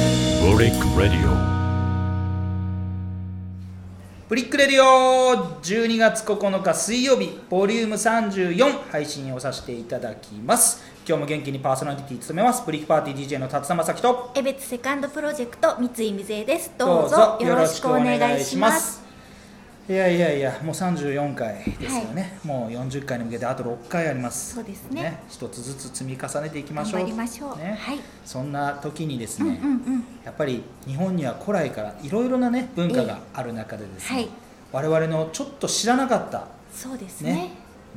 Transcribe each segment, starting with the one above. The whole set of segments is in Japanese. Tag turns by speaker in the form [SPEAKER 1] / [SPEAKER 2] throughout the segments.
[SPEAKER 1] リック・レディ
[SPEAKER 2] ブリックレディオ12月9日水曜日ボリューム34配信をさせていただきます今日も元気にパーソナリティ務めますブリックパーティー DJ の辰田正樹と
[SPEAKER 3] エベツセカンドプロジェクト三井瑞恵ですどうぞよろしくお願いします
[SPEAKER 2] いやいやいやもう34回ですよね、もう40回に向けてあと6回あります
[SPEAKER 3] そうですね
[SPEAKER 2] 一つずつ積み重ねていきま
[SPEAKER 3] 頑
[SPEAKER 2] しょう
[SPEAKER 3] 張りましょう、
[SPEAKER 2] ね
[SPEAKER 3] はい
[SPEAKER 2] そんな時にです
[SPEAKER 3] うんう
[SPEAKER 2] ね、
[SPEAKER 3] んうん
[SPEAKER 2] やっぱり日本には古来からいろいろなね文化がある中でですね、
[SPEAKER 3] はい
[SPEAKER 2] 我々のちょっと知らなかった
[SPEAKER 3] そうですね
[SPEAKER 2] ね、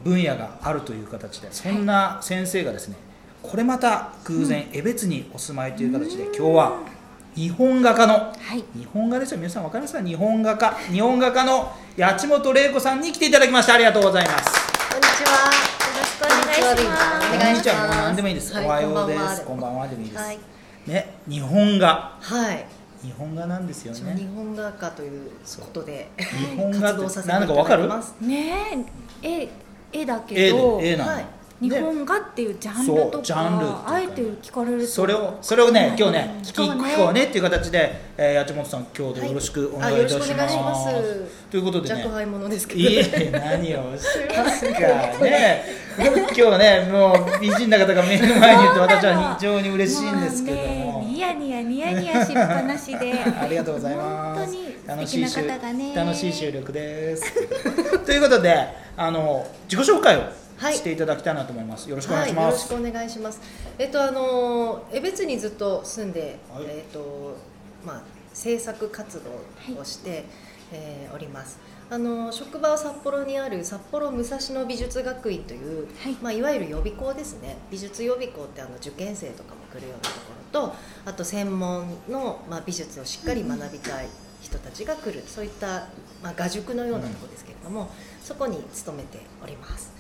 [SPEAKER 2] 分野があるという形でそんな先生がですね、これまた偶然江別にお住まいという形で、今日は日本画家の
[SPEAKER 3] はい
[SPEAKER 2] 日本画ですよ皆さん分かりますか日本画家日本画家の八千本玲子さんに来ていただきましたありがとうございます
[SPEAKER 4] こんにちは。
[SPEAKER 3] よろしくお願いし
[SPEAKER 4] お
[SPEAKER 3] ま
[SPEAKER 2] こん
[SPEAKER 4] 願いします
[SPEAKER 2] にちはもう何でもいいです、
[SPEAKER 4] はい
[SPEAKER 2] おはようですこ
[SPEAKER 4] こ
[SPEAKER 2] ん
[SPEAKER 4] ん
[SPEAKER 2] ば
[SPEAKER 4] ば
[SPEAKER 2] んはでもいいです、
[SPEAKER 3] はい
[SPEAKER 2] ね日本画
[SPEAKER 4] はい。
[SPEAKER 2] 日本画なんですよ
[SPEAKER 4] 一応日
[SPEAKER 2] ね
[SPEAKER 4] 本画家ということで
[SPEAKER 2] 日本画っ
[SPEAKER 4] 活
[SPEAKER 2] て
[SPEAKER 4] 動させていただいてます。
[SPEAKER 3] すねえ絵絵だけ
[SPEAKER 2] 絵
[SPEAKER 3] ど
[SPEAKER 2] で絵なの、
[SPEAKER 4] はい
[SPEAKER 3] 日
[SPEAKER 2] で
[SPEAKER 3] 本画っていうジャン
[SPEAKER 2] そ
[SPEAKER 3] ルとか
[SPEAKER 2] うジャンルっていうか
[SPEAKER 3] あえて聞かれると
[SPEAKER 2] それをそれをね今日ね
[SPEAKER 3] うん
[SPEAKER 2] 聞き
[SPEAKER 3] そうね
[SPEAKER 2] 聞こうねっていう形で、えー、八千本さん今日でよろしくお願いいたします,、
[SPEAKER 4] はいあよろしくお願いします
[SPEAKER 2] ということでね
[SPEAKER 4] 弱敗者ですけど。
[SPEAKER 2] い え何をおっしゃいますかね今日ねもう美人な方が目の前にいると私は非常に嬉しいんですけど
[SPEAKER 3] う
[SPEAKER 2] も
[SPEAKER 3] ねニヤニヤニヤニヤしっぱなしで
[SPEAKER 2] ありがとうございます
[SPEAKER 3] 本当
[SPEAKER 2] 楽
[SPEAKER 3] に素
[SPEAKER 2] しい
[SPEAKER 3] 敵
[SPEAKER 2] 収
[SPEAKER 3] な方がね
[SPEAKER 2] 楽しい収録ですということであの自己紹介を
[SPEAKER 4] はい
[SPEAKER 2] していただきたいなと思います、よろしくお願
[SPEAKER 4] はいい、
[SPEAKER 2] し
[SPEAKER 4] よ
[SPEAKER 2] ま
[SPEAKER 4] ろし
[SPEAKER 2] す、
[SPEAKER 4] くお願いします。えっとあのー江別にずっと住んで、
[SPEAKER 2] はい
[SPEAKER 4] えっとまあ制作活動をして、えーおります。あのー職場は札幌にある札幌武蔵野美術学院という、
[SPEAKER 3] はい
[SPEAKER 4] いまあ、いわゆる予備校ですね美術予備校ってあの受験生とかも来るようなところとあと専門の、まあ、美術をしっかり学びたい人たちが来る、そういった、まあ、画塾のようなところですけれども、そこに勤めております。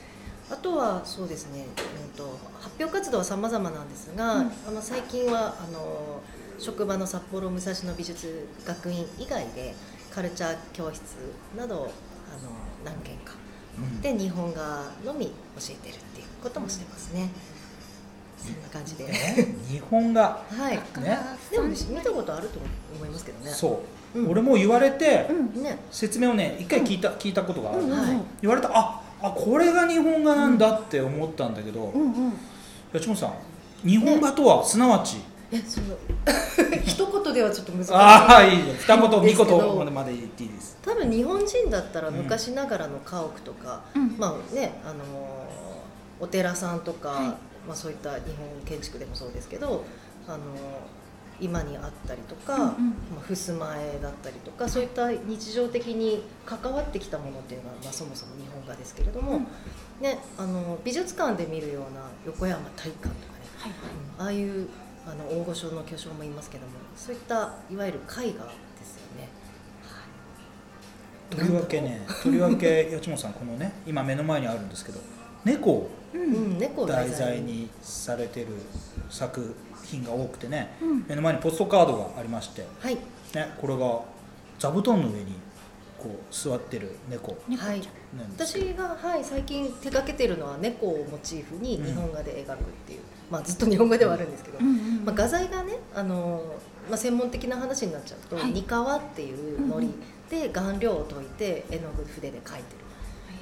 [SPEAKER 4] あとはそうですね、うん、と発表活動は様々なんですが、
[SPEAKER 3] うん
[SPEAKER 4] あの最近はあの職場の札幌武蔵野美術学院以外でカルチャー教室などをあの何件か
[SPEAKER 2] うん
[SPEAKER 4] で日本画のみ教えてるっていうこともしてますね、そんな感じで、
[SPEAKER 2] 日本が
[SPEAKER 4] はい
[SPEAKER 2] ね
[SPEAKER 4] でも見たことあると思いますけどね
[SPEAKER 2] そう、
[SPEAKER 4] うん
[SPEAKER 2] 俺も言われて、
[SPEAKER 4] うね
[SPEAKER 2] 説明をね一回聞いた、聞いたことがある、
[SPEAKER 3] うんうん
[SPEAKER 4] はい
[SPEAKER 2] 言われたああこれが日本画なんだって思ったんだけど、
[SPEAKER 3] うんうん
[SPEAKER 2] 八本さん日本画とは、すなわち
[SPEAKER 4] え その一言ではちょっと難しい
[SPEAKER 2] ああいいじゃん二言
[SPEAKER 4] ですけど
[SPEAKER 2] 三言まで言っていいです
[SPEAKER 4] 多分日本人だったら昔ながらの家屋とか、
[SPEAKER 3] うん
[SPEAKER 4] まあねあのーお寺さんとか、
[SPEAKER 3] はい
[SPEAKER 4] まあ、そういった日本建築でもそうですけど、あのー今にあったりとか、
[SPEAKER 3] うんうん
[SPEAKER 4] まあ、襖絵だったりとかそういった日常的に関わってきたものっていうのは、まあ、そもそも日本画ですけれど
[SPEAKER 3] う
[SPEAKER 4] も、
[SPEAKER 3] ん
[SPEAKER 4] ね、あのー美術館で見るような横山体育館とかね、
[SPEAKER 3] はい
[SPEAKER 4] うんああいうあの大御所の巨匠もいますけどもそういったいわゆる絵画ですよね。はい
[SPEAKER 2] とりわけねとりわけ八本さんこのね今目の前にあるんですけど猫を
[SPEAKER 3] うん
[SPEAKER 4] うん、猫を
[SPEAKER 2] 題材にされてる作品が多くてね、
[SPEAKER 3] うん
[SPEAKER 2] 目の前にポストカードがありまして、
[SPEAKER 4] はい
[SPEAKER 2] ね、これが座布団の上にこう座ってる猫
[SPEAKER 4] はい
[SPEAKER 2] なんです
[SPEAKER 4] 私が、はい、最近手掛けてるのは猫をモチーフに日本画で描くっていう、まあ、ずっと日本画ではあるんですけど、
[SPEAKER 3] うんうん
[SPEAKER 4] まあ、画材がね、あのーまあ、専門的な話になっちゃうと「
[SPEAKER 3] はい
[SPEAKER 4] にかわ」っていうのりで顔料を溶いて絵の具筆で描いて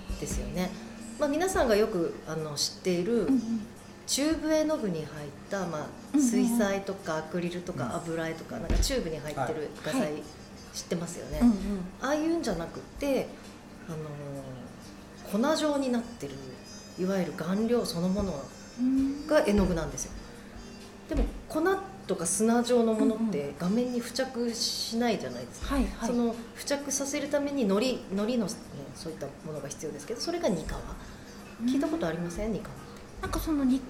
[SPEAKER 4] るんですよね。まあ、皆さんがよくあの知ってい
[SPEAKER 3] う
[SPEAKER 4] る
[SPEAKER 3] んうん
[SPEAKER 4] チューブ絵の具に入った、ま
[SPEAKER 3] うん
[SPEAKER 4] あ、
[SPEAKER 3] うんうん
[SPEAKER 4] 水彩とかアクリルと
[SPEAKER 2] うん
[SPEAKER 4] か油絵とかなんかチューブに入ってる画材、
[SPEAKER 3] はい
[SPEAKER 4] 知ってますよね。
[SPEAKER 3] うんうん
[SPEAKER 4] ああいうんじゃなくて、あのー粉状になってるいわゆる顔料そのもの
[SPEAKER 3] うん
[SPEAKER 4] が絵の具なんですよでも粉とか砂状のものって画面に付着しないじゃないですか、
[SPEAKER 3] はいはい
[SPEAKER 4] その付着させるためにのりのりの、ね、そういったものが必要ですけどそれがニカワ
[SPEAKER 3] うん
[SPEAKER 4] 聞いたことありませんニカワ
[SPEAKER 3] なんかその煮皮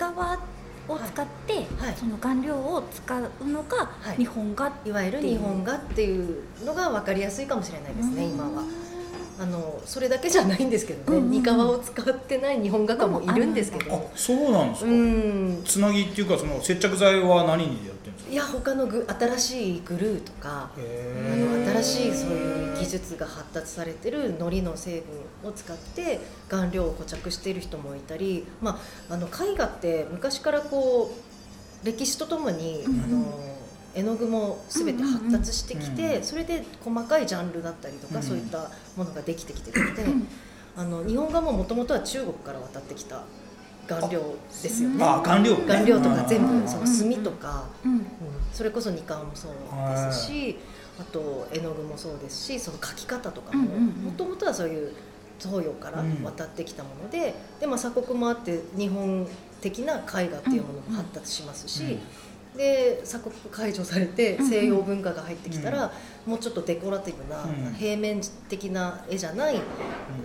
[SPEAKER 3] を使って、
[SPEAKER 4] はい
[SPEAKER 3] その顔料を使うのが
[SPEAKER 4] はい
[SPEAKER 3] 日本画、
[SPEAKER 4] いわゆる日本画っていうのが分かりやすいかもしれないですね、今はあのそれだけじゃないんですけどね、
[SPEAKER 3] うんうんうん
[SPEAKER 4] ニカワを使ってない日本画家もいるんですけ
[SPEAKER 2] あ
[SPEAKER 4] ど
[SPEAKER 2] そうなんです
[SPEAKER 4] う
[SPEAKER 2] か、
[SPEAKER 4] ん
[SPEAKER 2] つなぎっていうかその接着剤は何にやってるんですか
[SPEAKER 4] いや他のグ新しいグルーとかあ
[SPEAKER 2] へ
[SPEAKER 4] の新しいそういう技術が発達されてるのりの成分を使って顔料を固着している人もいたり、まあ、あの絵画って昔からこう歴史とともに、
[SPEAKER 3] うん
[SPEAKER 4] あの絵の具も全て発達してきて、
[SPEAKER 2] うんうんうん
[SPEAKER 4] それで細かいジャンルだったりとか、
[SPEAKER 2] うん
[SPEAKER 4] そういったものができてきてるので、
[SPEAKER 3] ん
[SPEAKER 4] あの日本画ももともとは中国から渡ってきた顔料ですよね
[SPEAKER 2] あ顔料ね
[SPEAKER 4] 顔料とか全
[SPEAKER 3] うんうんう
[SPEAKER 4] 部
[SPEAKER 3] ん
[SPEAKER 4] その墨とか、
[SPEAKER 3] うん
[SPEAKER 4] それこそ二冠もそうですしあと絵の具もそうですしその描き方とかも
[SPEAKER 3] うんうんうん
[SPEAKER 4] もともとはそういう東洋から
[SPEAKER 2] うん
[SPEAKER 4] 渡ってきたもので,、でまあ、鎖国もあって日本的な絵画っていうものも発達しますし、で鎖国解除されて
[SPEAKER 3] うんうん
[SPEAKER 4] 西洋文化が入ってきたら、もうちょっとデコラティブな、
[SPEAKER 2] うん
[SPEAKER 4] 平面的な絵じゃない
[SPEAKER 2] うん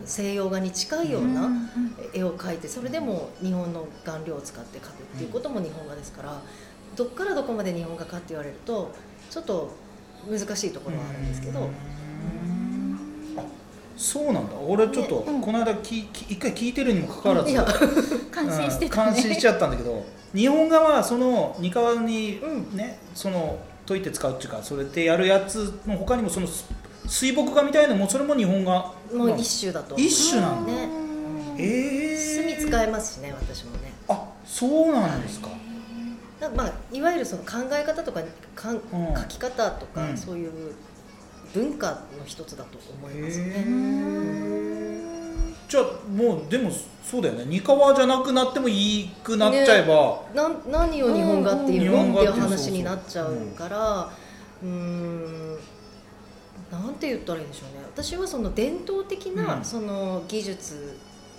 [SPEAKER 4] 西洋画に近いよう
[SPEAKER 3] うんう
[SPEAKER 4] なん絵を描いてそれでも日本の顔料を使って描くっていうことも日本画ですからどっからどこまで日本画かって言われるとちょっと難しいところはあるんですけ
[SPEAKER 2] う
[SPEAKER 4] ど
[SPEAKER 2] んそうなんだ俺ちょっと
[SPEAKER 3] ねうん
[SPEAKER 2] この間きき一回聞いてるにもかかわらず
[SPEAKER 4] いや
[SPEAKER 3] 感心して
[SPEAKER 2] うん
[SPEAKER 3] たね
[SPEAKER 2] 感心しちゃったんだけど日本画はその二川に
[SPEAKER 4] うん
[SPEAKER 2] ね、その解いて使うっていうかそれでやるやつの他にもそのす水墨画みたいのもそれも日本画
[SPEAKER 4] も
[SPEAKER 2] な
[SPEAKER 4] うん一種だと
[SPEAKER 2] 一種なんだ
[SPEAKER 4] ね
[SPEAKER 2] ええ
[SPEAKER 4] 墨使えますしね私もね
[SPEAKER 2] あそうなんですか、
[SPEAKER 4] なんかまあいわゆるその考え方とかかん
[SPEAKER 2] ん
[SPEAKER 4] 描き方とか、
[SPEAKER 2] うん
[SPEAKER 4] そういう文化の一つだと思いますね
[SPEAKER 2] へじゃあもうでもそうだよね二川じゃなくなってもいいくなっちゃえば、
[SPEAKER 4] なん何を日本画っていう
[SPEAKER 2] う
[SPEAKER 4] の
[SPEAKER 2] ん
[SPEAKER 4] っ
[SPEAKER 2] 日本画って
[SPEAKER 4] ていう
[SPEAKER 2] いうそうそ
[SPEAKER 4] 話
[SPEAKER 2] う
[SPEAKER 4] になっちゃうからうーんなんて言ったらいいんでしょうね私はその伝統的
[SPEAKER 2] う
[SPEAKER 4] なんその技術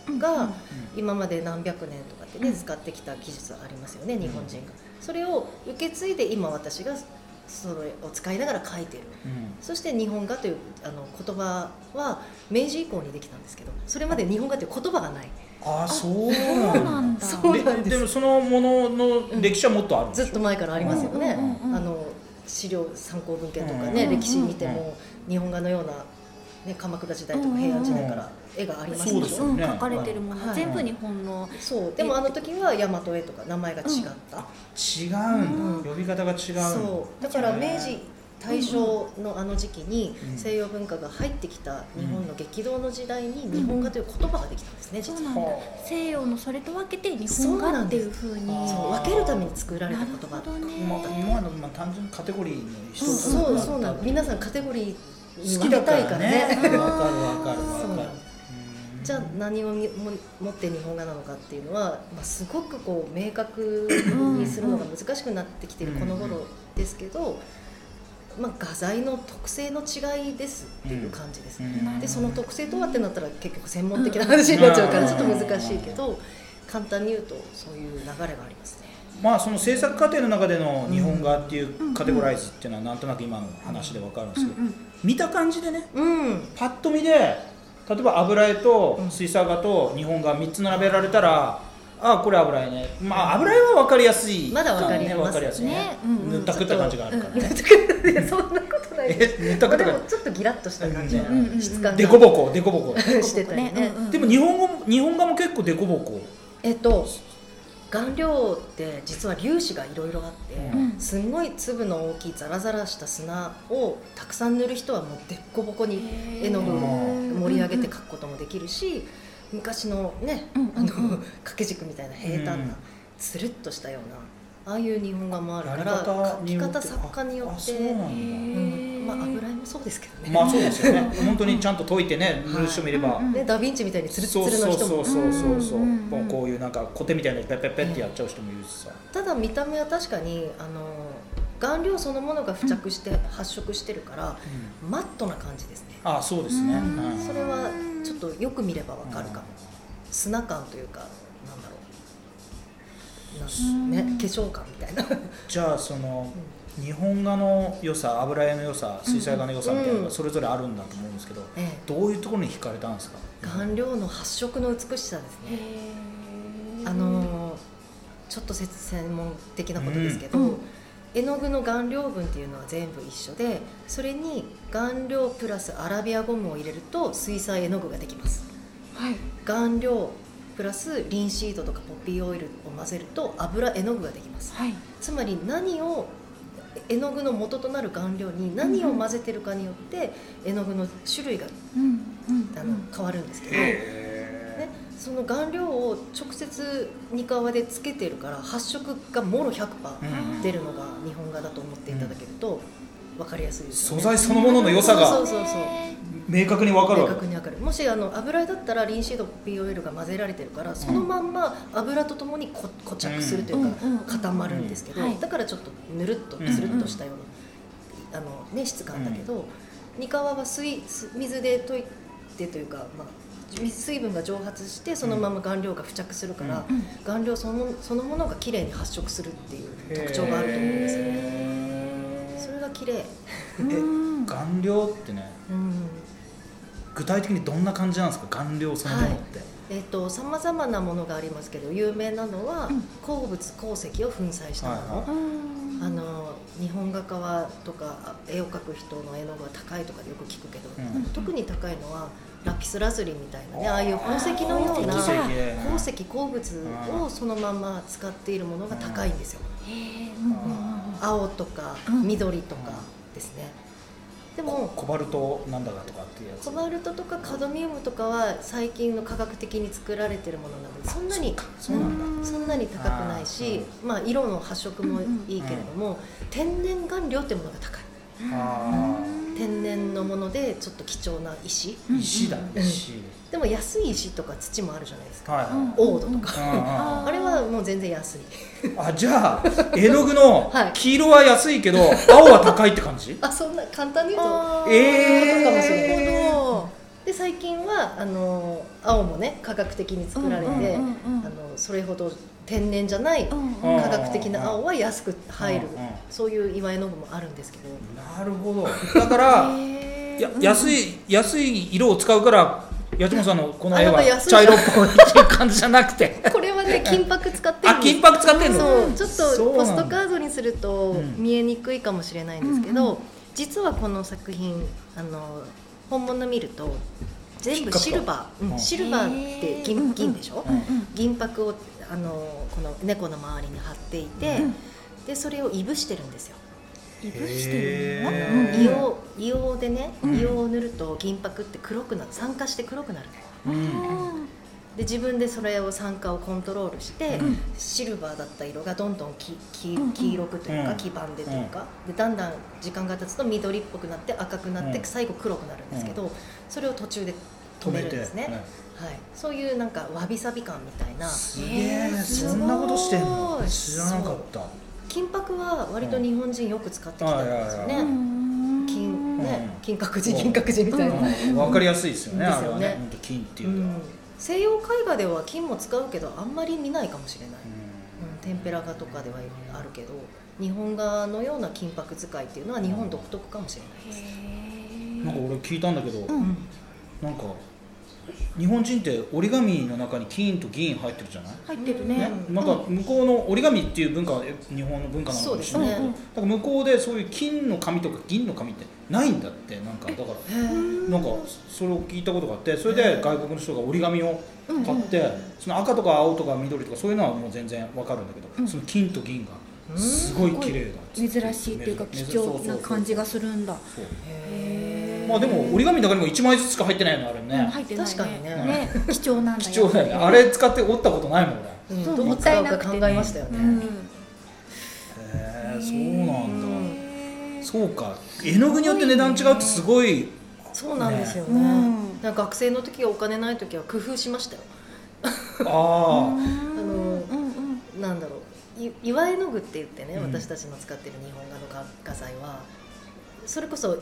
[SPEAKER 3] う
[SPEAKER 4] が
[SPEAKER 3] ん
[SPEAKER 4] 今まで何百年とかってね
[SPEAKER 3] うん
[SPEAKER 4] 使ってきた技術ありますよね日本人がそれを受け継いで今私がそれを使いながら書いてる
[SPEAKER 2] うん
[SPEAKER 4] そして日本画というあの言葉は明治以降にできたんですけどそれまで日本画という言葉がない
[SPEAKER 2] あそう
[SPEAKER 3] そうな
[SPEAKER 2] なんん
[SPEAKER 3] だ
[SPEAKER 4] そう
[SPEAKER 2] だででもそのものの歴史はもっとあるんで
[SPEAKER 4] ず
[SPEAKER 2] し
[SPEAKER 4] っ
[SPEAKER 2] ょ
[SPEAKER 4] と前からありますよね、
[SPEAKER 3] うんうんうん
[SPEAKER 4] あの資料参考文献とかね、
[SPEAKER 3] うんうん
[SPEAKER 4] 歴史見ても、日本画のような、ね、鎌倉時代とか平安時代から絵があります
[SPEAKER 2] そ
[SPEAKER 4] け
[SPEAKER 2] う
[SPEAKER 4] ど、
[SPEAKER 2] ですよ
[SPEAKER 3] うん
[SPEAKER 2] ね
[SPEAKER 3] 書かれてるも
[SPEAKER 4] は
[SPEAKER 3] の
[SPEAKER 4] い
[SPEAKER 3] 全部日本の
[SPEAKER 4] そうでもあの時は大和絵とか名前が違った、
[SPEAKER 2] 違うんだ、
[SPEAKER 4] うん
[SPEAKER 2] 呼び方が違うんだ
[SPEAKER 4] そうだから明治大正のあの時期に
[SPEAKER 2] うん
[SPEAKER 4] 西洋文化が入ってきた日本の激動の時代に日本画という言葉ができたんですね、
[SPEAKER 3] そ
[SPEAKER 4] 実は
[SPEAKER 3] うなんだ
[SPEAKER 2] はあ
[SPEAKER 3] 西洋のそれと分けて日本画っていうふうに
[SPEAKER 2] そうなんです
[SPEAKER 4] そう分けるために作られた言葉
[SPEAKER 3] なるほどね
[SPEAKER 2] まあ、今のまあ単純にカテゴリーの一つ
[SPEAKER 4] そうそうそうなの皆さんカテゴリーに分けたいからね
[SPEAKER 2] 好きだからねわかるわか
[SPEAKER 4] そ
[SPEAKER 2] るわ
[SPEAKER 4] う
[SPEAKER 2] か
[SPEAKER 4] なの
[SPEAKER 2] るうん
[SPEAKER 4] じゃあ何をみも持って日本画なのかっていうのは、まあ、すごくこう明確にするのが難しくなってきてるこの頃ですけど、まあ、画材の特性の違いですっていう感じです、
[SPEAKER 2] うん
[SPEAKER 4] でその特性とはってなったら結局専門的な話になっちゃうか
[SPEAKER 2] う
[SPEAKER 4] ら
[SPEAKER 2] ん
[SPEAKER 4] ちょっと難しいけど簡単に言うとそういう流れがありますね。
[SPEAKER 2] まあその制作過程の中での日本画っていうカテゴライズっていうのはなんとなく今の話でわかるんですけど、
[SPEAKER 3] うんうん
[SPEAKER 2] 見た感じでね
[SPEAKER 4] うん
[SPEAKER 2] パッと見で例えば油絵と水彩画と日本画3つ並べられたら、ああこれ油絵ねまあ油絵は分かりやすい
[SPEAKER 4] まだ分かります
[SPEAKER 2] ね分かりやすいね
[SPEAKER 3] ねうん
[SPEAKER 2] 塗ったくった感じがあるからね、
[SPEAKER 4] いやそんなことないです。
[SPEAKER 2] え塗ったく
[SPEAKER 4] まあ
[SPEAKER 2] った
[SPEAKER 4] で
[SPEAKER 2] 感
[SPEAKER 4] もちょっとギラッとした感じ
[SPEAKER 2] うん
[SPEAKER 3] うんうん
[SPEAKER 4] の
[SPEAKER 2] じ
[SPEAKER 4] 質感が
[SPEAKER 2] デコボコデコボコ
[SPEAKER 4] してたりね。
[SPEAKER 3] うんうん
[SPEAKER 2] でも日本語も日本画も結構デコボコ
[SPEAKER 4] えっと顔料って実は粒子がいろいろあって、
[SPEAKER 2] うん
[SPEAKER 4] すんごい粒の大きいザラザラした砂をたくさん塗る人はもうでっこぼこに絵の具を盛り上げて描くこともできるし昔のね、
[SPEAKER 3] うんうん
[SPEAKER 4] あの掛け軸みたいな平坦な、
[SPEAKER 2] うん
[SPEAKER 4] つるっとしたようなああいう日本画もあるから
[SPEAKER 2] や
[SPEAKER 4] 描
[SPEAKER 2] り
[SPEAKER 4] き
[SPEAKER 2] 方によって
[SPEAKER 4] 方作家によ
[SPEAKER 2] あ
[SPEAKER 4] っ
[SPEAKER 2] そう
[SPEAKER 4] て
[SPEAKER 2] なんだ
[SPEAKER 4] うんまあ、油絵もそうですけどね,、
[SPEAKER 2] まあそうですよね本当にちゃんと解いてね塗る人もいれば、
[SPEAKER 3] うんうん
[SPEAKER 4] ねダ・ヴィンチみたいにつるっつ
[SPEAKER 2] そう
[SPEAKER 4] るの
[SPEAKER 2] そう
[SPEAKER 4] 人
[SPEAKER 2] そ
[SPEAKER 4] も
[SPEAKER 2] うそうそうそう
[SPEAKER 3] うんうんうん
[SPEAKER 2] もうこういうなんかコテみたいなのペッペッペッってやっちゃう人もいるしさ、
[SPEAKER 4] ただ見た目は確かにあの顔料そのものが付着して発色してるから、マットな感じですね
[SPEAKER 2] ああそうですね、
[SPEAKER 3] うん
[SPEAKER 2] はい
[SPEAKER 4] それはちょっとよく見ればわかるかも、砂感というかなんだろうなん
[SPEAKER 3] うん
[SPEAKER 4] ね化粧感みたいな
[SPEAKER 2] じゃあその日本画の良さ油絵の良さ水彩画の良さみたいなの
[SPEAKER 4] う
[SPEAKER 2] が
[SPEAKER 4] ん
[SPEAKER 2] それぞれあるんだと思うんですけど、
[SPEAKER 4] ええ
[SPEAKER 2] どういうところに惹かれたんですか
[SPEAKER 4] 顔料の発色の美しさですね、あのーちょっとせ専門的なことですけど、
[SPEAKER 3] うんうん
[SPEAKER 4] 絵の具の顔料分っていうのは全部一緒でそれに顔料プラスアラビアゴムを入れると水彩絵の具ができます
[SPEAKER 3] はい
[SPEAKER 4] 顔料プラスリンシードとかポピーオイルを混ぜると油絵の具ができます
[SPEAKER 3] はい
[SPEAKER 4] つまり何を絵の具の元となる顔料に何を混ぜてるかによって絵の具の種類が
[SPEAKER 3] うんうん
[SPEAKER 4] あ
[SPEAKER 3] う
[SPEAKER 4] の
[SPEAKER 3] ん
[SPEAKER 4] 変わるんですけど、ね、
[SPEAKER 2] へ
[SPEAKER 4] その顔料を直接にかわでつけてるから発色がもろ100%
[SPEAKER 2] うん
[SPEAKER 4] 出るのが日本画だと思っていただけると分かりやすいですよ
[SPEAKER 2] 素
[SPEAKER 4] ね。
[SPEAKER 2] 材そのものの良さ
[SPEAKER 4] そ
[SPEAKER 2] が
[SPEAKER 4] うそうそう
[SPEAKER 2] 明確に分かる
[SPEAKER 4] 明
[SPEAKER 2] わけ
[SPEAKER 4] 確に分かるもしあの油絵だったらリンシード POL が混ぜられてるからそのまんま油とともにこ固着するというか、
[SPEAKER 3] うんうん
[SPEAKER 4] 固まるんですけど、
[SPEAKER 3] うんはい
[SPEAKER 4] だからちょっとぬるっとつるっとしたような、あのね、質感だけど、ニカワは水す水で溶いてというか、まあ、水水分が蒸発してそのまま顔料が付着するから、
[SPEAKER 3] うん
[SPEAKER 4] 顔料そのそのものが綺麗に発色するっていう特徴があると思うんですよね。
[SPEAKER 2] ね
[SPEAKER 4] それが綺麗、
[SPEAKER 3] うん
[SPEAKER 2] 顔料ってね
[SPEAKER 4] うん
[SPEAKER 2] 具体的にどんな感じなんですか顔料そのものって、
[SPEAKER 4] えっとさまざまなものがありますけど有名なのは、
[SPEAKER 3] うん
[SPEAKER 4] 鉱物鉱石を粉砕したもの、
[SPEAKER 2] はいは
[SPEAKER 4] あの日本画家はとかあ絵を描く人の絵の具は高いとかよく聞くけど、
[SPEAKER 2] うん
[SPEAKER 4] 特に高いのはラピスラズリみたいなね
[SPEAKER 2] あー
[SPEAKER 4] ああいう宝石のような
[SPEAKER 3] 宝石だ
[SPEAKER 4] 鉱石鉱物をそのまま使っているものが高いんですよ、
[SPEAKER 3] へーうんうんうん
[SPEAKER 4] 青とか
[SPEAKER 3] うん
[SPEAKER 4] 緑とかですね、でも
[SPEAKER 2] コバルトなんだかとかっていうやつ
[SPEAKER 4] コバルトとかカドミウムとかは最近の科学的に作られてるものなのでそんなに
[SPEAKER 2] そうなんだ、
[SPEAKER 4] そんなに高くないし、まあ、色の発色もいいけれども、天然顔料ってものが高い
[SPEAKER 2] あ
[SPEAKER 3] うん
[SPEAKER 4] 天然のものでちょっと貴重な石
[SPEAKER 2] ー石だ
[SPEAKER 4] ん
[SPEAKER 2] 石、
[SPEAKER 4] でも安い石とか土もあるじゃないですか
[SPEAKER 2] はい
[SPEAKER 3] うん
[SPEAKER 2] は
[SPEAKER 4] 黄土とか
[SPEAKER 2] い、うんうんうん
[SPEAKER 4] あれはもう全然安い
[SPEAKER 2] あじゃあ絵の具の
[SPEAKER 4] はい
[SPEAKER 2] 黄色は安いけど青は高いって感じ
[SPEAKER 4] あそんな簡単に言うと
[SPEAKER 3] あー
[SPEAKER 2] えー
[SPEAKER 3] なるほ
[SPEAKER 4] で最近はあの青もね科学的に作られて、
[SPEAKER 3] うんうんうんうん
[SPEAKER 4] あのそれほど天然じゃない
[SPEAKER 3] どう
[SPEAKER 4] 科
[SPEAKER 3] ん
[SPEAKER 2] うん
[SPEAKER 4] 学的な青は安く入る、
[SPEAKER 2] うんうん
[SPEAKER 4] そういう岩絵の具もあるんですけど、
[SPEAKER 2] なるほどだから
[SPEAKER 3] へー
[SPEAKER 2] いや安い安い色を使うから八千さんのこの絵は
[SPEAKER 4] あやっぱ安い
[SPEAKER 2] 茶色っぽいっていう感じじゃなくて
[SPEAKER 4] こ れはね金箔使ってる
[SPEAKER 2] あ
[SPEAKER 4] んです
[SPEAKER 2] 金箔使ってんの
[SPEAKER 4] そうちょっ
[SPEAKER 2] そ
[SPEAKER 4] と
[SPEAKER 2] うな
[SPEAKER 4] ポ
[SPEAKER 2] ん
[SPEAKER 4] ス
[SPEAKER 2] だ
[SPEAKER 4] トカードにすると
[SPEAKER 2] うん
[SPEAKER 4] 見えにくいかもしれないんですけ
[SPEAKER 3] うん
[SPEAKER 4] ど、実はこの作品あの本物見ると全部シルバー、
[SPEAKER 2] うん
[SPEAKER 4] うんシルバーって
[SPEAKER 3] へー
[SPEAKER 4] 銀銀でしょ、
[SPEAKER 3] うんうん
[SPEAKER 4] 銀箔をあのこの猫の周りに貼っていて、
[SPEAKER 3] うん
[SPEAKER 4] でそれをいぶしてるんですよ。
[SPEAKER 3] いぶしてるの
[SPEAKER 2] へ
[SPEAKER 3] うん
[SPEAKER 2] ー
[SPEAKER 4] 硫黄硫黄でね
[SPEAKER 3] うん
[SPEAKER 4] 硫黄を塗ると銀箔って黒くなる酸化して黒くなるの
[SPEAKER 2] うん
[SPEAKER 4] で自分でそれを酸化をコントロールして、
[SPEAKER 2] うん
[SPEAKER 4] シルバーだった色がどんどんきき
[SPEAKER 3] うんうん
[SPEAKER 4] 黄色くというか、
[SPEAKER 2] うん
[SPEAKER 4] 黄ばんでというか、でだんだん時間が経つと緑っぽくなって赤くなって、
[SPEAKER 2] うん
[SPEAKER 4] 最後黒くなるんですけど、それを途中で止めるんですね、はい、そういうなんかわびさび感みたいな
[SPEAKER 2] すげえ
[SPEAKER 3] えー
[SPEAKER 2] そんなことしてんの知
[SPEAKER 4] すご
[SPEAKER 2] ら
[SPEAKER 4] い
[SPEAKER 2] なかった
[SPEAKER 4] 金箔は割と日本人よく使ってきたんですよね、
[SPEAKER 2] うん
[SPEAKER 3] うん
[SPEAKER 4] 金ね、
[SPEAKER 2] うん
[SPEAKER 4] 金閣寺銀閣寺みたい
[SPEAKER 2] う
[SPEAKER 4] な、
[SPEAKER 2] んわかりやすいですよね
[SPEAKER 4] です
[SPEAKER 2] あ
[SPEAKER 4] よ
[SPEAKER 2] れ
[SPEAKER 4] ね
[SPEAKER 2] はねほんと金っていうのは
[SPEAKER 4] うん西洋絵画では金も使うけどあんまり見ないかもしれない、うん、天ぷら画とかではあるけど日本画のような金箔使いっていうのは日本独特かもしれないです、
[SPEAKER 2] うんなんか俺聞いたんだけど
[SPEAKER 3] うん
[SPEAKER 2] なんか日本人って折り紙の中に金と銀入ってるじゃない
[SPEAKER 3] 入ってるね
[SPEAKER 2] ね、なんか向こうの折り紙っていう文化はえ日本の文化なのかもしれないけど、
[SPEAKER 4] そう
[SPEAKER 2] だ
[SPEAKER 3] ですね
[SPEAKER 2] から向こうでそういう金の紙とか銀の紙ってないんだってなんかだからなんかそれを聞いたことがあってそれで外国の人が折り紙を買ってその赤とか青とか緑とかそういうのはもう全然わかるんだけど、
[SPEAKER 3] うん
[SPEAKER 2] その金と銀がすごい綺麗だっつって
[SPEAKER 3] 珍しいっていうか貴重な感じがするんだ
[SPEAKER 2] そう
[SPEAKER 4] へ
[SPEAKER 2] まあでも折り紙の中にも1枚ずつしか入ってないのあれ
[SPEAKER 3] うん
[SPEAKER 2] ね、
[SPEAKER 3] 入ってない
[SPEAKER 4] 確かにね
[SPEAKER 3] ね貴重なんだよ
[SPEAKER 2] 貴重だよねあれ使って折ったことないもん俺
[SPEAKER 4] え、うん
[SPEAKER 3] そう
[SPEAKER 4] どう使うか考えましたよね
[SPEAKER 3] うん
[SPEAKER 2] へえそうなんだ、
[SPEAKER 4] うん
[SPEAKER 2] そうか絵の具によって値段違うってすごい
[SPEAKER 4] そうなんですよね
[SPEAKER 3] うん
[SPEAKER 4] なんか学生の時はお金ない時は工夫しましたよ
[SPEAKER 2] あ
[SPEAKER 3] うんうんうん
[SPEAKER 4] なんだろうい岩絵の具って言ってね、
[SPEAKER 2] うん
[SPEAKER 4] 私たちの使ってる日本画の画画材はそれこそ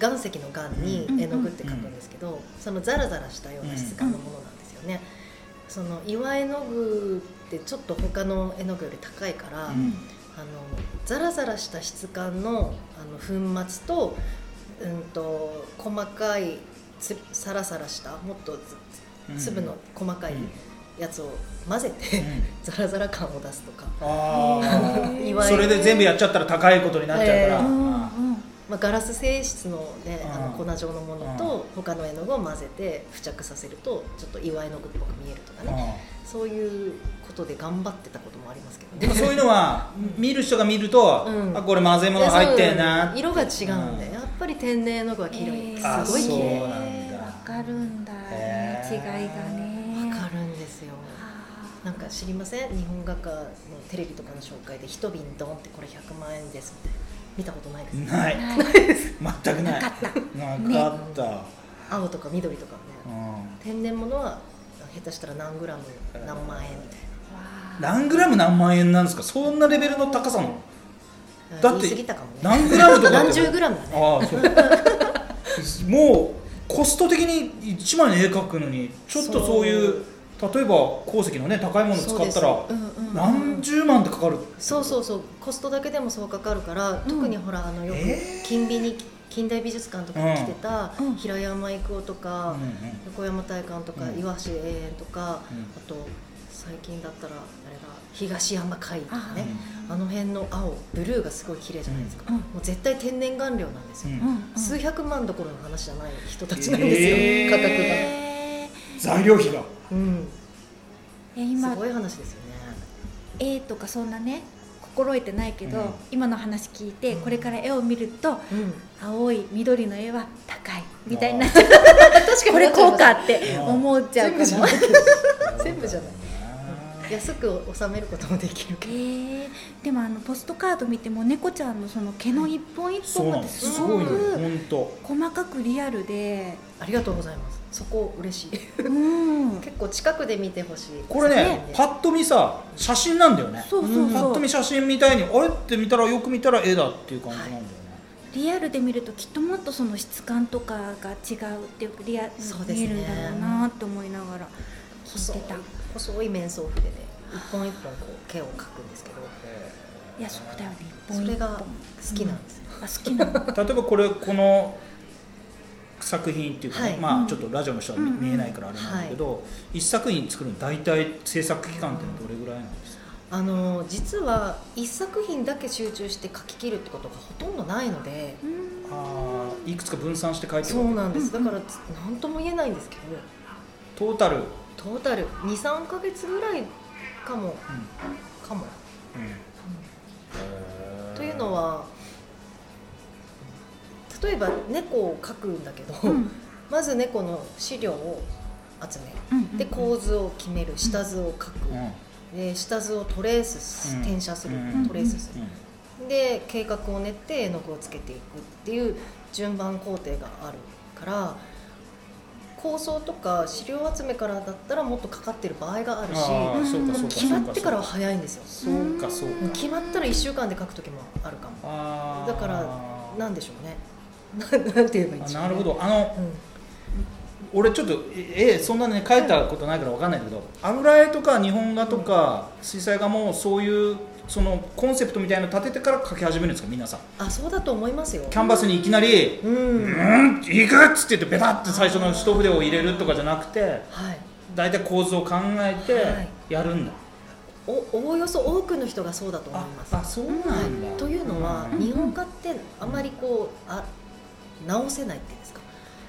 [SPEAKER 4] 岩石の岩に
[SPEAKER 3] うん
[SPEAKER 4] 絵の具って書くんですけど、そのザラザラしたような質感のものなんですよね、その岩絵の具ってちょっと他の絵の具より高いから、
[SPEAKER 2] あ、
[SPEAKER 4] あのザラザラした質感のあの粉末と,、うん、と細かいつサラサラしたもっと
[SPEAKER 2] うん
[SPEAKER 4] つ粒の細かい
[SPEAKER 2] うん
[SPEAKER 4] やつを混ぜて、
[SPEAKER 2] うん
[SPEAKER 4] ザラザラ感を出すとか。
[SPEAKER 2] あ
[SPEAKER 3] へえ
[SPEAKER 4] い
[SPEAKER 2] あ
[SPEAKER 4] わ
[SPEAKER 2] そ
[SPEAKER 4] ゆる
[SPEAKER 2] れで全部やっちゃったら高いことになっちゃうから、
[SPEAKER 4] え
[SPEAKER 2] あ
[SPEAKER 4] ー
[SPEAKER 3] うん
[SPEAKER 2] あ
[SPEAKER 3] うん
[SPEAKER 4] まあ、ガラス性質の,、ね、あの
[SPEAKER 2] うん
[SPEAKER 4] 粉状のものと他の絵の具を混ぜて付着させるとちょっと岩絵の具っぽく見えるとかね
[SPEAKER 2] あ
[SPEAKER 4] そういうことで頑張ってたこともありますけど
[SPEAKER 2] あ
[SPEAKER 4] ね
[SPEAKER 2] でもそういうのは見る人が見ると、
[SPEAKER 4] うん
[SPEAKER 2] あこれ混ぜ物入ってん
[SPEAKER 4] い
[SPEAKER 2] な
[SPEAKER 4] やそう色が違うんで、
[SPEAKER 2] うん
[SPEAKER 4] やっぱり天然絵の具は黄色い、
[SPEAKER 3] え
[SPEAKER 2] あ
[SPEAKER 3] ー
[SPEAKER 4] すごい綺
[SPEAKER 2] そ
[SPEAKER 4] 麗
[SPEAKER 2] うなんだ
[SPEAKER 3] わかるんだ
[SPEAKER 2] へ
[SPEAKER 3] ね
[SPEAKER 2] ー
[SPEAKER 3] 違いがね
[SPEAKER 4] わかるんなんか知りません日本画家のテレビとかの紹介で一瓶ドンってこれ100万円ですみたいな見たことないです、ね、
[SPEAKER 2] ない
[SPEAKER 3] はい
[SPEAKER 2] 全くないな
[SPEAKER 3] なか
[SPEAKER 2] かった、
[SPEAKER 4] 青とか緑とかね
[SPEAKER 2] う
[SPEAKER 4] 天然物は下手したら何グラム何万円みたい
[SPEAKER 2] ん、何グラム何万円なんですかそんなレベルの高さなの
[SPEAKER 4] な
[SPEAKER 2] だって
[SPEAKER 4] 言い過ぎたかもね
[SPEAKER 2] 何グラムとか
[SPEAKER 4] 何十グラムだね
[SPEAKER 2] ああそうもう コスト的に1枚の絵描くのにちょっとそういう例えば鉱石のね高いもの使ったら
[SPEAKER 4] そうです
[SPEAKER 3] うんうん
[SPEAKER 2] 何十万ってかかる
[SPEAKER 4] そうそうそうコストだけでもそうかかるから、特にほらあのよく
[SPEAKER 2] え
[SPEAKER 4] 近美に近代美術館とかに来てた
[SPEAKER 3] うん
[SPEAKER 4] 平山郁夫とか、
[SPEAKER 2] うんうん
[SPEAKER 4] 横山大観とか、
[SPEAKER 2] うん
[SPEAKER 4] 岩橋永遠とか、
[SPEAKER 2] うん
[SPEAKER 4] あと最近だったらあれだ東山海とかね
[SPEAKER 3] あ
[SPEAKER 4] あの辺の青ブルーがすごい綺麗じゃないですか、
[SPEAKER 3] うん
[SPEAKER 4] もう絶対天然顔料なんですよ、
[SPEAKER 2] うん
[SPEAKER 3] うん
[SPEAKER 4] 数百万どころの話じゃない人たちなんですよ、
[SPEAKER 2] えー
[SPEAKER 4] 価格が、
[SPEAKER 3] え
[SPEAKER 2] 材料費が
[SPEAKER 4] うん、
[SPEAKER 3] ー
[SPEAKER 4] す
[SPEAKER 3] 今
[SPEAKER 4] ごい話ですよね
[SPEAKER 3] 絵とかそんなね心得てないけど、
[SPEAKER 2] うん
[SPEAKER 3] 今の話聞いて
[SPEAKER 4] うん
[SPEAKER 3] これから絵を見ると
[SPEAKER 4] うん
[SPEAKER 3] 青い緑の絵は高いみたいになっちゃう
[SPEAKER 4] 確か
[SPEAKER 3] これこうか
[SPEAKER 4] か
[SPEAKER 3] って思っちゃう
[SPEAKER 4] 全
[SPEAKER 3] か
[SPEAKER 4] 部じゃ
[SPEAKER 3] も
[SPEAKER 4] ない全部じゃない安く収めることもできるけど、
[SPEAKER 3] えー、でもあのポストカード見ても猫ちゃんのその毛の一本一
[SPEAKER 2] そう
[SPEAKER 3] 本
[SPEAKER 2] な
[SPEAKER 3] ま
[SPEAKER 2] ん
[SPEAKER 3] で
[SPEAKER 2] です
[SPEAKER 3] す
[SPEAKER 2] す
[SPEAKER 3] ご
[SPEAKER 2] ごいのよ
[SPEAKER 3] く
[SPEAKER 2] 本当
[SPEAKER 3] 細かくリアルで、
[SPEAKER 4] ありがとうございますそこ嬉しい
[SPEAKER 3] うん、
[SPEAKER 4] 結構近くで見てほしい
[SPEAKER 2] これね
[SPEAKER 4] ね
[SPEAKER 2] パッと見さ写真なんだよね
[SPEAKER 3] そうそう
[SPEAKER 2] パッ
[SPEAKER 3] そ
[SPEAKER 2] と
[SPEAKER 3] う
[SPEAKER 2] 見写真みたいにあれって見たらよく見たら絵だっていう感じなんだよね
[SPEAKER 3] リアルで見るときっともっとその質感とかが違うっていうかリアル
[SPEAKER 4] そうです
[SPEAKER 3] 見
[SPEAKER 4] ね
[SPEAKER 3] えるんだろうなって思いながら聞
[SPEAKER 4] 細
[SPEAKER 3] い
[SPEAKER 4] い
[SPEAKER 3] てたい
[SPEAKER 4] 細い面相筆でね一本一本こう毛を描くんですけど
[SPEAKER 3] やそうだよね一
[SPEAKER 4] そ
[SPEAKER 3] 本
[SPEAKER 4] れ
[SPEAKER 3] 一本
[SPEAKER 4] が好きなんですよ、
[SPEAKER 3] あ好きなの
[SPEAKER 2] 例えばこれこの作品っていうかね、
[SPEAKER 4] はい
[SPEAKER 2] ま
[SPEAKER 3] う
[SPEAKER 2] あ
[SPEAKER 3] ん
[SPEAKER 2] ちょっとラジオの人は見,、
[SPEAKER 3] うんうん
[SPEAKER 2] えないからあれなんだけど、一作品作るの大体制作期間っていうのはどれぐらいなんですか、
[SPEAKER 4] あの実は一作品だけ集中して描き切るってことがほとんどないので
[SPEAKER 3] うん
[SPEAKER 2] あーいくつか分散して書いてる
[SPEAKER 4] そうなんです
[SPEAKER 3] う
[SPEAKER 4] だ
[SPEAKER 3] ん
[SPEAKER 4] から何とも言えないんですけど
[SPEAKER 2] トータル、うん
[SPEAKER 4] トータル23か月ぐらいかもかも
[SPEAKER 2] うん
[SPEAKER 4] というのは例えば猫を描くんだけど、
[SPEAKER 3] うん
[SPEAKER 4] まず猫の資料を集める
[SPEAKER 3] うん
[SPEAKER 4] で構図を決める下図を描く、
[SPEAKER 2] うん
[SPEAKER 4] で下図をトレースす
[SPEAKER 2] うん
[SPEAKER 4] 転写する、
[SPEAKER 2] うん
[SPEAKER 4] トレースする、
[SPEAKER 2] うん
[SPEAKER 4] で計画を練って絵の具をつけていくっていう順番工程があるから構想とか資料集めからだったらもっとかかってる場合があるし
[SPEAKER 2] あーそう
[SPEAKER 3] うん
[SPEAKER 2] かそうか
[SPEAKER 4] 決まってからは
[SPEAKER 2] そ
[SPEAKER 4] 早いんですよ
[SPEAKER 2] うかそう
[SPEAKER 4] も
[SPEAKER 2] か
[SPEAKER 4] う決まったら1週間で書く時もあるかも
[SPEAKER 2] あー
[SPEAKER 4] だからなんでしょうね ななんて言えばいいんで
[SPEAKER 2] あ
[SPEAKER 4] しょう、
[SPEAKER 2] な
[SPEAKER 4] ね、
[SPEAKER 2] るほどあの
[SPEAKER 4] うん、
[SPEAKER 2] 俺ちょっと絵そんなね描いたことないからわかんないけど油絵とか日本画とか水彩画もそういうそのコンセプトみたいなの立ててから描き始めるんですか皆さん
[SPEAKER 4] あそうだと思いますよ
[SPEAKER 2] キャンバスにいきなり
[SPEAKER 4] う
[SPEAKER 2] 「うんんいく!」っつって言ってベタって最初の一筆を入れるとかじゃなくて
[SPEAKER 4] はい
[SPEAKER 2] 大体構図を考え
[SPEAKER 4] は
[SPEAKER 2] てやるんだ、
[SPEAKER 4] おおおよそ多くの人がそうだと思います
[SPEAKER 2] ああそうなんだ、
[SPEAKER 4] というのは、
[SPEAKER 2] うん
[SPEAKER 4] 日本画ってあまりこうあ直せないっていうんですか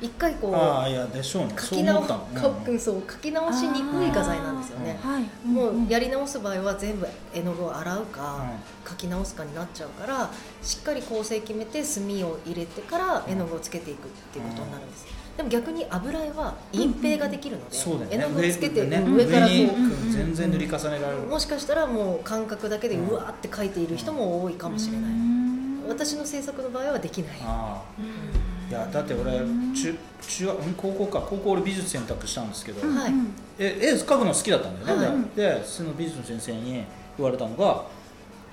[SPEAKER 4] 一回こ
[SPEAKER 2] あ
[SPEAKER 4] う
[SPEAKER 2] あいやでしょうね
[SPEAKER 4] 書
[SPEAKER 2] そう
[SPEAKER 4] き
[SPEAKER 2] 思
[SPEAKER 4] 直
[SPEAKER 2] ったの
[SPEAKER 4] 書くそう書き直しにくい画材なんですよね
[SPEAKER 2] あ
[SPEAKER 3] はい
[SPEAKER 4] もうや
[SPEAKER 3] り
[SPEAKER 4] り直す場合は全部絵の具を洗う
[SPEAKER 2] うん
[SPEAKER 4] か、書き直すかになっちゃうからしっかり構成決めて墨を入れてから絵の具をつけていくっていうことになるんです、でも逆に油絵は隠蔽ができるので、
[SPEAKER 2] そうだよね
[SPEAKER 4] 絵の具をつけて
[SPEAKER 2] 上,、ね、
[SPEAKER 4] 上からこ
[SPEAKER 2] 上に
[SPEAKER 4] う、
[SPEAKER 2] うん全然塗り重ねられる、
[SPEAKER 4] もしかしたらもう感覚だけで
[SPEAKER 2] うん
[SPEAKER 4] うわーって描いている人も多いかもしれない、私の制作の場合はできない
[SPEAKER 2] ああいやだって俺中中学うん高校か高校俺美術選択したんですけど、
[SPEAKER 4] はい
[SPEAKER 2] え絵描くの好きだったんだよね、
[SPEAKER 3] はい
[SPEAKER 2] でその美術の先生に言われたのが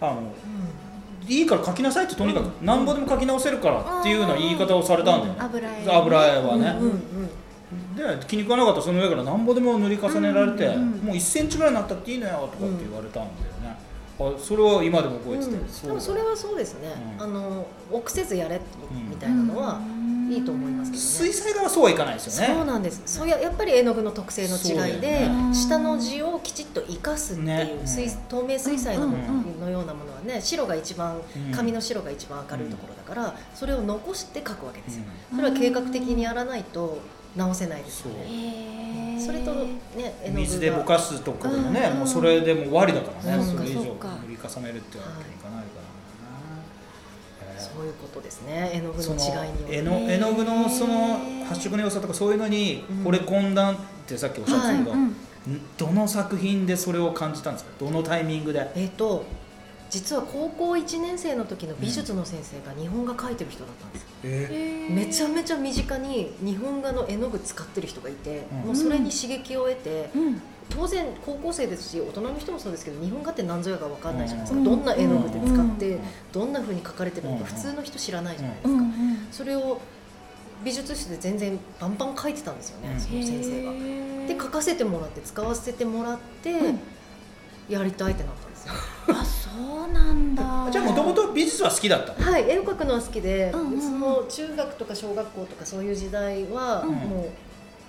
[SPEAKER 2] あのいいから描きなさいってとにかく何ぼでも描き直せるからっていうような言い方をされたんだよね、
[SPEAKER 3] 油絵
[SPEAKER 2] 油絵はね
[SPEAKER 4] うんうんうん
[SPEAKER 2] で気に食わなかったらその上から何ぼでも塗り重ねられて、
[SPEAKER 3] うんうんうん
[SPEAKER 2] もう1センチぐらいになったっていいのよとかって言われたんだよね、あそれは今でも覚えてて、
[SPEAKER 4] うんでもそれはそうですね、
[SPEAKER 2] うん
[SPEAKER 4] あの臆せずやれ
[SPEAKER 2] うん
[SPEAKER 4] みたいなのはいいと思いますけどね、
[SPEAKER 2] 水彩画はそうはいかないですよね
[SPEAKER 4] そうなんですそうややっぱり絵の具の特性の違
[SPEAKER 2] そ
[SPEAKER 4] いで、
[SPEAKER 2] うだ
[SPEAKER 3] よね
[SPEAKER 4] 下の字をきちっと生かすっていう、
[SPEAKER 2] ね
[SPEAKER 4] 水透明水彩の,、
[SPEAKER 3] うん
[SPEAKER 2] うん
[SPEAKER 4] のようなものはね白が一番
[SPEAKER 2] うん
[SPEAKER 4] 紙の白が一番明るいところだから、それを残して描くわけですよ、
[SPEAKER 2] う
[SPEAKER 4] それは計画的にやらないと直せないですよ
[SPEAKER 2] そう
[SPEAKER 4] ね
[SPEAKER 3] へー
[SPEAKER 4] それとね絵の具が
[SPEAKER 2] 水でぼかすとかでもね、
[SPEAKER 3] うん
[SPEAKER 2] もうそれでもう終わりだからね、
[SPEAKER 4] そ
[SPEAKER 2] そ
[SPEAKER 4] うか
[SPEAKER 2] れ以上
[SPEAKER 3] そうか
[SPEAKER 2] 塗り重ねるってわけにいかないからな、えー
[SPEAKER 4] そういうことですね絵の具
[SPEAKER 2] そ
[SPEAKER 4] の
[SPEAKER 2] の
[SPEAKER 4] 違いによって
[SPEAKER 2] 絵の絵の具のその発色の良さとかそういうのに惚れ込んだってさっきおっしゃってたけど、
[SPEAKER 3] うん
[SPEAKER 2] どの作品でそれを感じたんですかどのタイミングで
[SPEAKER 4] えっ、と実は高校1年生の時の美術の先生が日本画描いてる人だったんです、
[SPEAKER 2] え
[SPEAKER 4] めちゃめちゃ身近に日本画の絵の具使ってる人がいて、
[SPEAKER 2] うん
[SPEAKER 4] もうそれに刺激を得て、
[SPEAKER 3] うん
[SPEAKER 4] 当然高校生ですし大人の人もそうですけど日本画って何ぞやか分かんないじゃないですか、
[SPEAKER 3] うん
[SPEAKER 4] どんな絵の具で使って、
[SPEAKER 2] うん
[SPEAKER 4] どんな風に描かれてるの
[SPEAKER 2] うん
[SPEAKER 4] か普通の人知らないじゃないです
[SPEAKER 3] うん
[SPEAKER 4] か、
[SPEAKER 3] うん
[SPEAKER 4] それを美術室で全然バンバン描いてたんですよね、
[SPEAKER 2] うん
[SPEAKER 4] その先生が。で
[SPEAKER 3] で
[SPEAKER 4] 描かせてもらって使わせてもらって、
[SPEAKER 3] うん
[SPEAKER 4] やりたいってなったんですよ。
[SPEAKER 3] あそうなんだ
[SPEAKER 2] ーじゃあもともと美術は好きだったの
[SPEAKER 4] はい、絵を描くのは好きで、
[SPEAKER 3] うんうんうん
[SPEAKER 4] その中学とか小学校とかそういう時代は、
[SPEAKER 2] うん
[SPEAKER 4] もう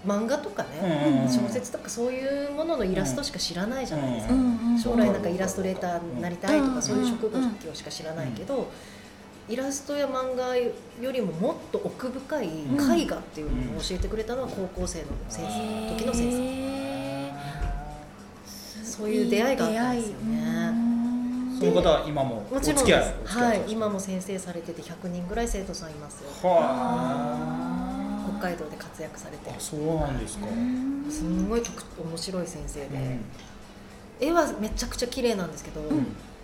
[SPEAKER 4] 漫画とかね、
[SPEAKER 2] うん
[SPEAKER 4] 小説とかそういうもののイラストしか知らないじゃないですか、
[SPEAKER 3] うんうん
[SPEAKER 4] 将来なんかイラストレーターになりたいとか、
[SPEAKER 3] うん
[SPEAKER 4] そういう職業しか知らないけど、イラストや漫画よりももっと奥深い絵画っていうのを教えてくれたのは高校生の先生の時の先生、
[SPEAKER 3] 生
[SPEAKER 4] そういう出会いがあったんですよね
[SPEAKER 2] その方は今もお
[SPEAKER 4] も
[SPEAKER 2] 付
[SPEAKER 4] ちろん
[SPEAKER 2] き
[SPEAKER 4] で
[SPEAKER 2] 合い
[SPEAKER 4] す、はい、今も先生されてて100人ぐらい生徒さんいます
[SPEAKER 2] は
[SPEAKER 4] 北海道で活躍されて
[SPEAKER 2] あそうなんですか、
[SPEAKER 4] すんごい特面白い先生で、
[SPEAKER 2] うん
[SPEAKER 4] 絵はめちゃくちゃ綺麗なんですけど、
[SPEAKER 2] ん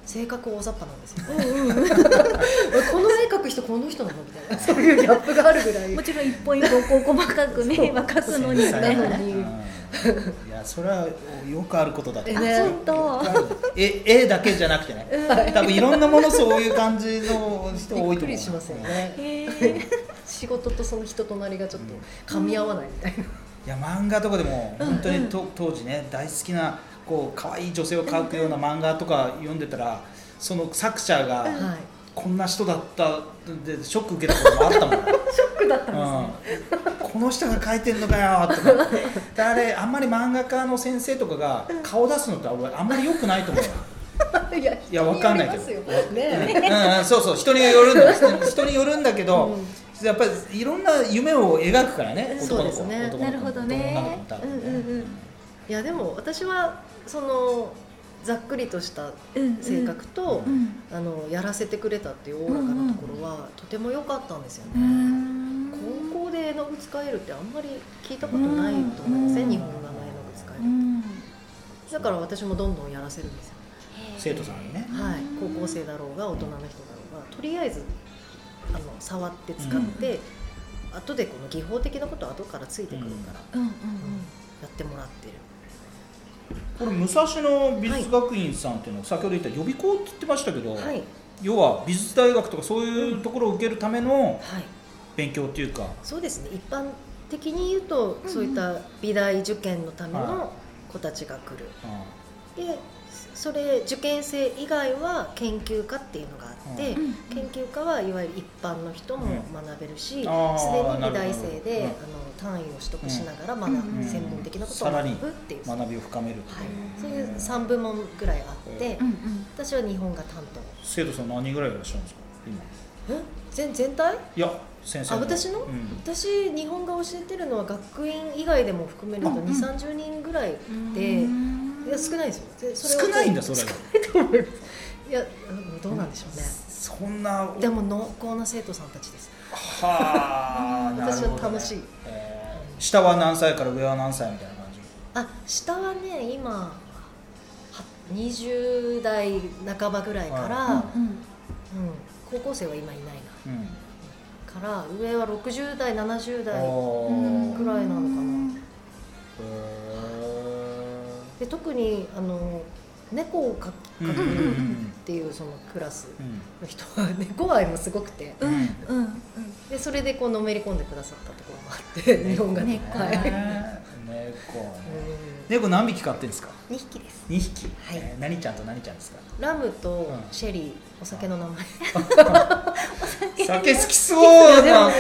[SPEAKER 4] 性格大雑把なんですよ、 この絵描く人この人なのみたいなそういうギャップがあるぐらい
[SPEAKER 3] もちろん一本一本こう細かくね分かすのに
[SPEAKER 4] そうなの
[SPEAKER 3] ね
[SPEAKER 4] に
[SPEAKER 2] うんいやそれはよくあることだと
[SPEAKER 4] え
[SPEAKER 3] あ
[SPEAKER 4] ね
[SPEAKER 3] 本当
[SPEAKER 2] え絵だけじゃなくてね多分いろんなものそういう感じの人多い
[SPEAKER 4] びっ
[SPEAKER 2] と思う
[SPEAKER 4] くりしますよね
[SPEAKER 3] へー
[SPEAKER 4] 仕事とその人となりがちょっと噛み合わないみたいな、
[SPEAKER 2] いや漫画とかでも本当にと、当時ね大好きなこう可愛い女性を描くような漫画とか読んでたらその作者が
[SPEAKER 4] はい
[SPEAKER 2] こんな人だったでショック受けたこともあったもん、
[SPEAKER 4] ショックだったんですね、
[SPEAKER 2] うん、この人が描いてんのかよとかだあれあんまり漫画家の先生とかが顔出すのって俺あんまり良くないと思うよ
[SPEAKER 4] いや、
[SPEAKER 2] いやわかんないけど
[SPEAKER 4] 人によります
[SPEAKER 2] う
[SPEAKER 4] よね
[SPEAKER 2] んうん、そうそう人によるんだ人人によるんだけど、やっぱりいろんな夢を描くからね
[SPEAKER 4] そう
[SPEAKER 2] 男の
[SPEAKER 4] で
[SPEAKER 2] 子
[SPEAKER 4] す
[SPEAKER 2] は
[SPEAKER 4] ね
[SPEAKER 2] 男の子
[SPEAKER 3] なるほどね
[SPEAKER 2] 女の子も多分
[SPEAKER 3] うんうんうん
[SPEAKER 4] いやでも私はそのざっくりとした
[SPEAKER 3] うんうん
[SPEAKER 4] 性格と、
[SPEAKER 3] うん
[SPEAKER 4] あのやらせてくれたっていうおおらかなところは、とても良かったんですよ
[SPEAKER 3] う
[SPEAKER 4] ね、
[SPEAKER 3] ん
[SPEAKER 4] 高校で絵の具使えるってあんまり聞いたことないと思いますね、
[SPEAKER 3] うん
[SPEAKER 4] 日本画の絵の具使える、
[SPEAKER 3] うん
[SPEAKER 4] だから私もどんどんやらせるんですよ、
[SPEAKER 2] 生徒さんにね
[SPEAKER 4] はい、高校生だろうが大人の人だろうがとりあえずあの触って使って、後でこの技法的なことは後からついてくるから、
[SPEAKER 3] うんうん
[SPEAKER 4] うんやってもらってる
[SPEAKER 2] これ武蔵野美術学院さんっていうのは先ほど言った予備校って言ってましたけど、
[SPEAKER 4] はいはい
[SPEAKER 2] 要は美術大学とかそういうところを受けるための勉強っていうか、
[SPEAKER 4] そうですね一般的に言うと、そういった美大受験のための子たちが来るでそれ受験生以外は研究科っていうのがあって、
[SPEAKER 2] う
[SPEAKER 4] 研究科はいわゆる一般の人も
[SPEAKER 2] う
[SPEAKER 4] 学べるしすで、
[SPEAKER 2] あー
[SPEAKER 4] に美大生で、
[SPEAKER 2] な
[SPEAKER 4] あ
[SPEAKER 2] る
[SPEAKER 4] の単位を取得しながら学ぶ、
[SPEAKER 3] うん
[SPEAKER 4] 専門的なことを学ぶっていう、
[SPEAKER 2] う
[SPEAKER 4] は
[SPEAKER 2] ん
[SPEAKER 4] い、
[SPEAKER 2] 学びを深めるって
[SPEAKER 4] そういう3部門ぐらいあって、
[SPEAKER 2] うん
[SPEAKER 3] うんうん
[SPEAKER 4] 私は日本が担
[SPEAKER 2] 生徒さん何人ぐらいいらっしゃるんですか今
[SPEAKER 4] 当え全全体
[SPEAKER 2] いや先生
[SPEAKER 4] あ私の、
[SPEAKER 2] うん
[SPEAKER 4] 私日本画教えてるのは学院以外でも含めると
[SPEAKER 3] あ
[SPEAKER 4] 2 3 0人ぐらいで、いや少ないですよでそれは
[SPEAKER 2] 少ないんだそれが
[SPEAKER 4] いやうんどうなんでしょうね、
[SPEAKER 2] そんな
[SPEAKER 4] でも濃厚な生徒さんたちです
[SPEAKER 2] はあ、
[SPEAKER 4] うん
[SPEAKER 2] なるほどね
[SPEAKER 4] 私は楽しい
[SPEAKER 2] えー下は何歳から上は何歳みたいな感じ。
[SPEAKER 4] あ下はね今は20代半ばぐらいから、
[SPEAKER 2] は
[SPEAKER 4] うん高校生は今いない
[SPEAKER 2] うん。
[SPEAKER 4] なから上は60代70
[SPEAKER 2] あ
[SPEAKER 4] 代
[SPEAKER 2] ー
[SPEAKER 4] くらいなのかな
[SPEAKER 2] へ
[SPEAKER 4] で特にあの猫を描き
[SPEAKER 2] ー
[SPEAKER 4] 描
[SPEAKER 2] う
[SPEAKER 4] く
[SPEAKER 2] ん
[SPEAKER 4] っ
[SPEAKER 2] うん
[SPEAKER 4] ていうそのクラス
[SPEAKER 2] うん
[SPEAKER 4] の人は 猫愛もすごくて
[SPEAKER 2] うんうん
[SPEAKER 3] うんうん
[SPEAKER 4] でそれでこうのめり込んでくださったところもあって日本がね
[SPEAKER 3] 猫
[SPEAKER 4] はい、
[SPEAKER 3] ね
[SPEAKER 2] 猫ね
[SPEAKER 4] う
[SPEAKER 2] 猫何匹飼ってんですか。
[SPEAKER 4] ん、2匹です
[SPEAKER 2] 二匹。
[SPEAKER 4] はい
[SPEAKER 2] えー何ちゃんと何ちゃんですか。
[SPEAKER 4] ラムと
[SPEAKER 2] うん
[SPEAKER 4] シェリー、お酒の名前
[SPEAKER 2] 酒好きそう
[SPEAKER 4] でも
[SPEAKER 2] な。
[SPEAKER 4] ね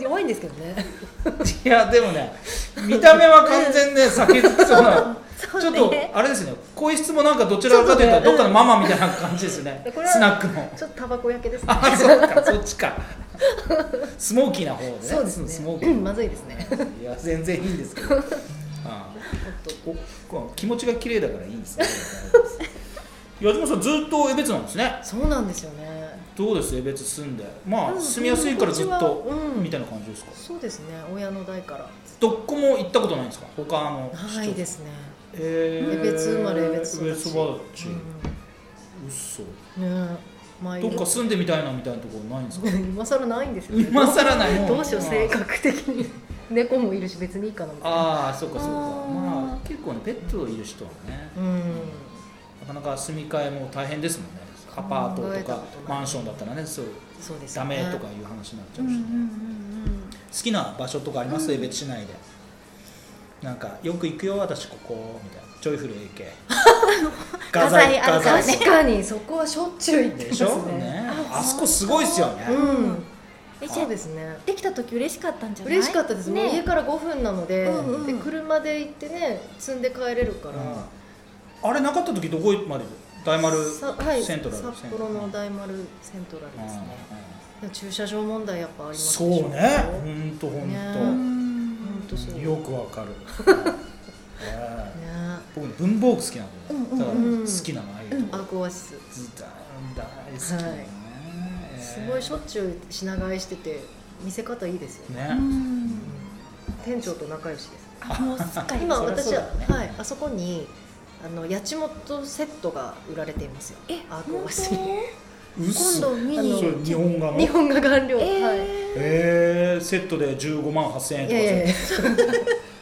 [SPEAKER 4] 弱いんですけどね
[SPEAKER 2] いやでもね、見た目は完全ね酒好きそうな。
[SPEAKER 3] そう
[SPEAKER 2] ち
[SPEAKER 3] ね
[SPEAKER 2] ょっとあれですね、声質もなんかどちらかというとどっかのママみたいな感じですね。
[SPEAKER 4] これは
[SPEAKER 2] スナックの。
[SPEAKER 4] ちょっとタバコ焼けですね
[SPEAKER 2] あそうかそっちかスモーキーな方でね
[SPEAKER 4] そうですね
[SPEAKER 2] スモーキ
[SPEAKER 4] うん
[SPEAKER 2] ー
[SPEAKER 4] まずいですね
[SPEAKER 2] いや全然いいんですけど ああおこう気持ちが綺麗だからいいん ですね矢島さんずっと江別なんですね
[SPEAKER 4] そうなんですよね
[SPEAKER 2] どうです江別住んでまあ、
[SPEAKER 4] うん
[SPEAKER 2] 住みやすいからずっと、
[SPEAKER 4] うん
[SPEAKER 2] みたいな感じですか
[SPEAKER 4] そうですね親の代から
[SPEAKER 2] どこも行ったことないんですか他の
[SPEAKER 4] ないですすね
[SPEAKER 2] え
[SPEAKER 4] 江別生まれ江別育ち
[SPEAKER 2] 別育ち
[SPEAKER 4] う
[SPEAKER 2] 嘘
[SPEAKER 4] んねえ前
[SPEAKER 2] ど
[SPEAKER 4] に
[SPEAKER 2] っか住んでみたいなみたいなところないんです か
[SPEAKER 4] 今更ないんですよね
[SPEAKER 2] 今更ないもん
[SPEAKER 4] どうしよう性格的に猫もいるし別にいいかなみたいな
[SPEAKER 2] ああそうかそうか
[SPEAKER 3] あー
[SPEAKER 2] まあ結構ねペットいる人はね
[SPEAKER 4] うん
[SPEAKER 2] なかなか住み替えも大変ですもんねアパート
[SPEAKER 4] 考え
[SPEAKER 2] と
[SPEAKER 4] た
[SPEAKER 2] か
[SPEAKER 4] ことない
[SPEAKER 2] マンションだったらねそう
[SPEAKER 4] そうです
[SPEAKER 2] ダ
[SPEAKER 4] よね
[SPEAKER 2] メとかいう話になっちゃうし、
[SPEAKER 3] うんうん
[SPEAKER 2] 好きな場所とかあります江別市内でなんかよく行くよ私ここみたいなジョイフル AK 画材画
[SPEAKER 3] 画材あるから
[SPEAKER 2] 材
[SPEAKER 3] ね
[SPEAKER 4] 確かにそこはしょっちゅう行って
[SPEAKER 2] でし
[SPEAKER 4] ます
[SPEAKER 2] ょ
[SPEAKER 4] ね
[SPEAKER 2] ねあそこすごいですよね、
[SPEAKER 4] うん
[SPEAKER 3] うんえじゃ
[SPEAKER 4] そ
[SPEAKER 3] あ
[SPEAKER 4] うですね
[SPEAKER 3] できた時嬉しかったんじゃない
[SPEAKER 4] 嬉しかったです、もう家
[SPEAKER 3] ね
[SPEAKER 4] から5分なので,、
[SPEAKER 3] うんうん
[SPEAKER 4] で車で行ってね積んで帰れるから、
[SPEAKER 2] あれなかった時どこまで大丸
[SPEAKER 4] さはい、
[SPEAKER 2] セントラル
[SPEAKER 4] 札幌の
[SPEAKER 2] ル
[SPEAKER 4] 大丸セントラルですね、
[SPEAKER 2] う
[SPEAKER 4] でも駐車場問題やっぱありま
[SPEAKER 2] ん
[SPEAKER 4] す
[SPEAKER 2] そうね本当
[SPEAKER 3] う
[SPEAKER 4] ね
[SPEAKER 2] 本
[SPEAKER 3] ん
[SPEAKER 4] 本当そう
[SPEAKER 2] 当
[SPEAKER 4] ね
[SPEAKER 2] よくわかるええ
[SPEAKER 4] あ
[SPEAKER 2] 僕文房具好きな
[SPEAKER 3] うん
[SPEAKER 2] の
[SPEAKER 3] うん
[SPEAKER 2] だから
[SPEAKER 4] うん
[SPEAKER 2] 好きなのああいうとこ
[SPEAKER 4] アクオアシス
[SPEAKER 2] ずっと大好きだねええ
[SPEAKER 4] すごいしょっちゅう品買いしてて見せ方いいですよね
[SPEAKER 3] う
[SPEAKER 2] ね
[SPEAKER 3] ん
[SPEAKER 4] 店長と仲良しです
[SPEAKER 3] あもうすっかり
[SPEAKER 4] 今
[SPEAKER 2] そりゃ
[SPEAKER 4] 私
[SPEAKER 2] そう
[SPEAKER 4] は、
[SPEAKER 2] だね
[SPEAKER 4] はい、あそこにあの八千本セットが売られていますよ
[SPEAKER 3] え
[SPEAKER 4] ア
[SPEAKER 3] 本
[SPEAKER 4] ークオアシスに
[SPEAKER 2] うっ
[SPEAKER 3] 当今
[SPEAKER 2] そ
[SPEAKER 3] 度見
[SPEAKER 2] それ
[SPEAKER 3] に
[SPEAKER 2] 日本画の
[SPEAKER 4] 日本画顔料、はい
[SPEAKER 3] え
[SPEAKER 2] ええセットで15万8000円
[SPEAKER 4] い
[SPEAKER 2] と
[SPEAKER 4] や
[SPEAKER 2] か
[SPEAKER 4] いやい
[SPEAKER 2] する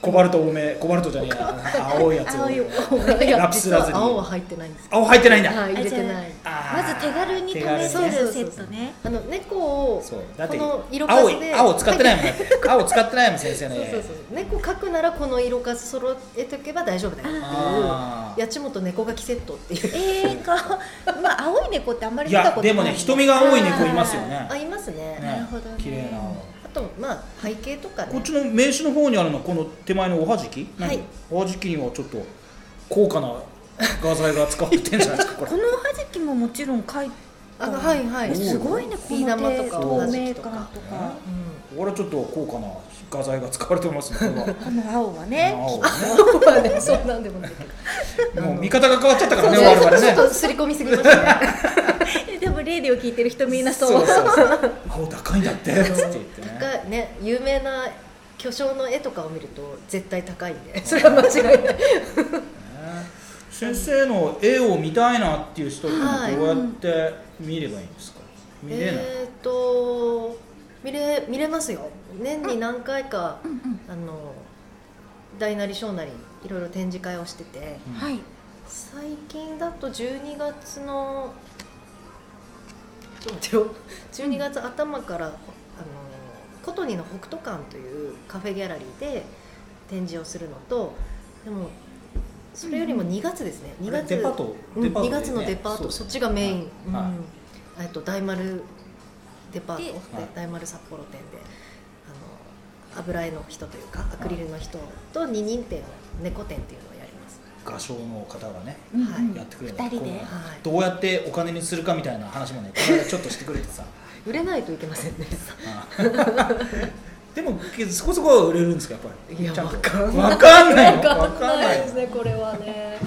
[SPEAKER 2] コバルト多めコバルトじゃねえや青いや
[SPEAKER 3] ー
[SPEAKER 2] つ
[SPEAKER 3] 青い
[SPEAKER 4] やいや
[SPEAKER 2] ラピスラズリ
[SPEAKER 4] 実は青は入ってないんですよ
[SPEAKER 2] 青入ってないんだ
[SPEAKER 4] はい入れてない
[SPEAKER 2] あー
[SPEAKER 3] まず手軽に試せ
[SPEAKER 4] そうそうそう
[SPEAKER 3] る
[SPEAKER 4] そ
[SPEAKER 3] セ
[SPEAKER 4] う
[SPEAKER 3] ットね
[SPEAKER 4] あの猫を
[SPEAKER 2] そうだっ
[SPEAKER 4] こ
[SPEAKER 2] て
[SPEAKER 4] の色
[SPEAKER 2] 青
[SPEAKER 4] 数
[SPEAKER 2] い
[SPEAKER 4] で
[SPEAKER 2] 青使ってないもんだって 青使ってないもん先生
[SPEAKER 4] そ
[SPEAKER 2] の
[SPEAKER 4] う
[SPEAKER 2] 絵
[SPEAKER 4] そうそう猫描くならこの色数揃えとけば大丈夫だよっ
[SPEAKER 2] あ
[SPEAKER 4] ていう八千本猫描きセットっていう
[SPEAKER 3] えーか まあ青い猫ってあんま
[SPEAKER 2] ー
[SPEAKER 3] り
[SPEAKER 2] い
[SPEAKER 3] 見た
[SPEAKER 2] や
[SPEAKER 3] ことない
[SPEAKER 2] でもね瞳が青い猫いますよね
[SPEAKER 4] あいますね
[SPEAKER 3] なるほどね
[SPEAKER 2] 綺麗な
[SPEAKER 4] あとまあ背景とか
[SPEAKER 2] こっ
[SPEAKER 4] ね
[SPEAKER 2] ちの名刺の方にあるのはこの手前のおはじき
[SPEAKER 4] はい
[SPEAKER 2] おはじきにはちょっと高価な画材が使われてんじゃないですかこ
[SPEAKER 3] こ
[SPEAKER 2] れ
[SPEAKER 3] のおはじきももちろん描い
[SPEAKER 4] あはいはい
[SPEAKER 3] すごいねこ
[SPEAKER 4] ビー
[SPEAKER 3] の
[SPEAKER 4] 玉と
[SPEAKER 3] 手
[SPEAKER 4] か
[SPEAKER 3] 透
[SPEAKER 4] おじ
[SPEAKER 3] 明
[SPEAKER 4] とか
[SPEAKER 3] 感とか
[SPEAKER 4] う
[SPEAKER 2] これはちょっと高価な画材が使われてますねこれは
[SPEAKER 3] この青はね
[SPEAKER 2] 青
[SPEAKER 4] んまあねそうなんでもない
[SPEAKER 2] ねもう見方が変わっちゃったか
[SPEAKER 4] そ
[SPEAKER 2] ら
[SPEAKER 4] う
[SPEAKER 2] ね
[SPEAKER 4] そう
[SPEAKER 2] 我
[SPEAKER 4] そう
[SPEAKER 2] 々
[SPEAKER 4] ちょっ
[SPEAKER 2] ね
[SPEAKER 4] と刷り込みすぎました ね
[SPEAKER 3] でもレディを聞いてる人みんなそう
[SPEAKER 2] そうそうそう青高いんだってっつって言ってね
[SPEAKER 4] 高いね有名な巨匠の絵とかを見ると絶対高いん でそれは間違いない
[SPEAKER 2] ね先生の絵を見たいなっていう人ってのはどうやって見ればいいんですか、見れない、
[SPEAKER 4] えーっと見れ見れますよ年に何回か
[SPEAKER 3] うんうん
[SPEAKER 4] あの大なり小なりいろいろ展示会をしてて
[SPEAKER 2] うん
[SPEAKER 3] はい
[SPEAKER 4] 最近だと12月のちょっと待ってよ12月頭から、あのコトニの北斗館というカフェギャラリーで展示をするのとでもそれよりも2月ですね、2
[SPEAKER 2] あれ
[SPEAKER 4] 月
[SPEAKER 2] デパート
[SPEAKER 4] うん
[SPEAKER 2] デパート
[SPEAKER 4] 2月のデパートそ,、っちがメイン、うん
[SPEAKER 2] はい
[SPEAKER 4] えっと大丸デパート
[SPEAKER 3] で
[SPEAKER 2] はい
[SPEAKER 4] 大丸札幌店であの油絵の人というかアクリルの人と二人展を猫展っていうのをやります
[SPEAKER 2] 画商の方がね
[SPEAKER 3] うんうん
[SPEAKER 2] やってくれる
[SPEAKER 3] 二人
[SPEAKER 2] こう
[SPEAKER 3] で
[SPEAKER 4] はい
[SPEAKER 2] どうやってお金にするかみたいな話もねこの間ちょっとしてくれ てさ
[SPEAKER 4] 売れないといけませんね
[SPEAKER 2] うんでもそこそこは売れるんですかやっぱり
[SPEAKER 4] いや
[SPEAKER 2] ちゃと
[SPEAKER 4] わかんない
[SPEAKER 2] わかんないの
[SPEAKER 4] わ
[SPEAKER 2] わかんない
[SPEAKER 4] ですねこれはね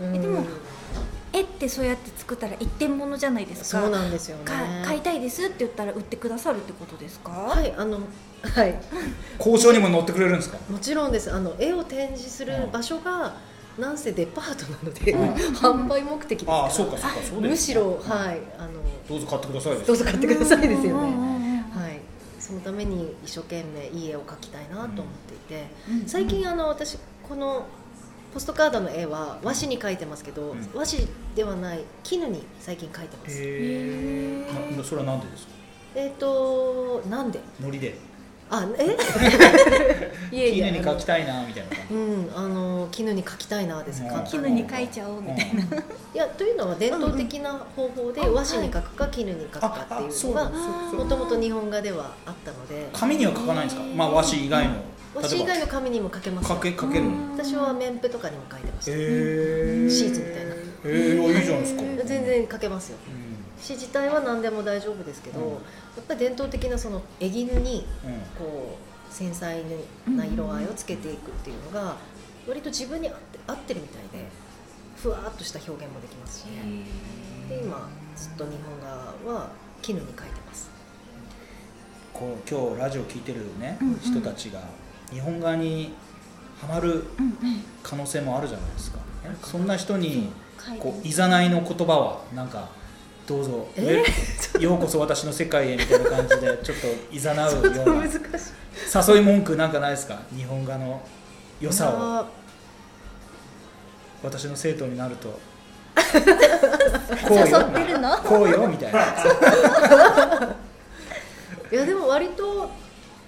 [SPEAKER 3] えでも
[SPEAKER 4] うん
[SPEAKER 3] 絵ってそうやって作ったら一点物じゃないですか
[SPEAKER 4] そうなんですよね
[SPEAKER 3] か買いたいですって言ったら売ってくださるってことですか、
[SPEAKER 4] は、いあのはい
[SPEAKER 2] 交渉にも乗ってくれるんですか
[SPEAKER 4] もちろんですあの絵を展示する場所がなんせデパートなので、
[SPEAKER 2] うん
[SPEAKER 4] 販売目的ですから
[SPEAKER 2] ああそうかそうかそうです
[SPEAKER 4] むしろはいあの
[SPEAKER 2] どうぞ買ってくださいです
[SPEAKER 4] どうぞ買ってくださいですよ
[SPEAKER 3] うんうん
[SPEAKER 4] ね
[SPEAKER 3] うんうん
[SPEAKER 4] はいそのために一生懸命いい絵を描きたいなと思っていて、
[SPEAKER 3] うん
[SPEAKER 4] 最近あの私このポストカードの絵は和紙に描いてますけど、
[SPEAKER 2] うん
[SPEAKER 4] 和紙ではない絹に最近描いてます
[SPEAKER 2] へ
[SPEAKER 3] へ
[SPEAKER 2] え
[SPEAKER 3] ー
[SPEAKER 2] なそれはなんでですか
[SPEAKER 4] えっ、となんで
[SPEAKER 2] ノリで
[SPEAKER 4] あえ い
[SPEAKER 2] 綺麗に描き
[SPEAKER 4] い
[SPEAKER 2] たいなみたいな感じ
[SPEAKER 4] うんあの絹に描きたいなです、
[SPEAKER 2] うん
[SPEAKER 4] 簡単に
[SPEAKER 3] 絹に描いちゃおうみたいな、
[SPEAKER 4] いやというのは伝統的な方法で
[SPEAKER 3] うんうん
[SPEAKER 4] 和紙に書くか絹に書くかっていうのが
[SPEAKER 3] あそう
[SPEAKER 4] もともと日本画ではあったので
[SPEAKER 2] 紙には書かないんですか、まあ、和紙以外の
[SPEAKER 4] 和紙以外の紙にも書けます
[SPEAKER 2] かけかけるの
[SPEAKER 3] うん
[SPEAKER 4] 私は綿布とかにも書いてました、
[SPEAKER 2] へ
[SPEAKER 4] シーツみたいな
[SPEAKER 2] えー、いいじゃないですか
[SPEAKER 4] 全、然書けますよ紙自体は何でも大丈夫ですけど、
[SPEAKER 2] うん
[SPEAKER 4] やっぱり伝統的なその絵絹に
[SPEAKER 2] うんうん
[SPEAKER 4] こう繊細な色合いをつけていくっていうのが割と自分に合って合ってるみたいでふわーっとした表現もできますしね、で今ずっと日本画は絹に書いてます
[SPEAKER 2] こう今日ラジオ聞いてるね、
[SPEAKER 3] うんうん
[SPEAKER 2] 人たちが日本画にハマる
[SPEAKER 3] うん
[SPEAKER 2] 可能性もあるじゃないですかそんな人に
[SPEAKER 3] 書いて
[SPEAKER 2] こういざないの言葉はなんかどうぞ、
[SPEAKER 4] え
[SPEAKER 2] ようこそ私の世界へみたいな感じでちょっといざなう
[SPEAKER 4] ち
[SPEAKER 2] よ
[SPEAKER 4] ょ
[SPEAKER 2] う
[SPEAKER 4] っと
[SPEAKER 2] な
[SPEAKER 4] 難しい
[SPEAKER 2] 誘い文句なんかないですか日本画の良さを
[SPEAKER 4] あ
[SPEAKER 2] 私の生徒になる とこう
[SPEAKER 3] 誘
[SPEAKER 2] よ
[SPEAKER 3] ってるの
[SPEAKER 2] こうよみたいな
[SPEAKER 4] ーいやでも割と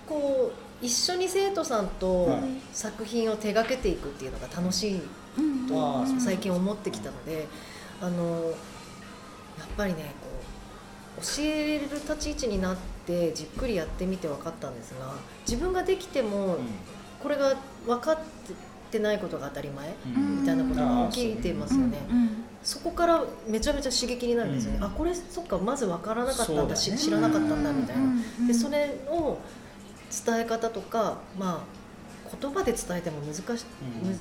[SPEAKER 4] こう一緒に生徒さんと
[SPEAKER 2] はい
[SPEAKER 4] 作品を手がけていくっていうのが楽しい
[SPEAKER 3] うん
[SPEAKER 4] と
[SPEAKER 2] あーそう
[SPEAKER 4] 最近思ってきたのであのやっぱりねこう教える立ち位置になってじっくりやってみて分かったんですが自分ができてもこれが分かってないことが当たり前
[SPEAKER 2] う
[SPEAKER 3] うん
[SPEAKER 2] ん
[SPEAKER 4] みたいなことが起きてますよね。
[SPEAKER 3] うんうん
[SPEAKER 4] そこからめちゃめちゃ刺激になるんですよね、
[SPEAKER 2] うん
[SPEAKER 4] あこれそっかまず分からなかったん
[SPEAKER 2] そう
[SPEAKER 4] だ
[SPEAKER 2] だね
[SPEAKER 4] し知らなかったんだみたいな、
[SPEAKER 3] うんうんうん
[SPEAKER 4] でそれを伝え方とかまあ言葉で伝えても難し、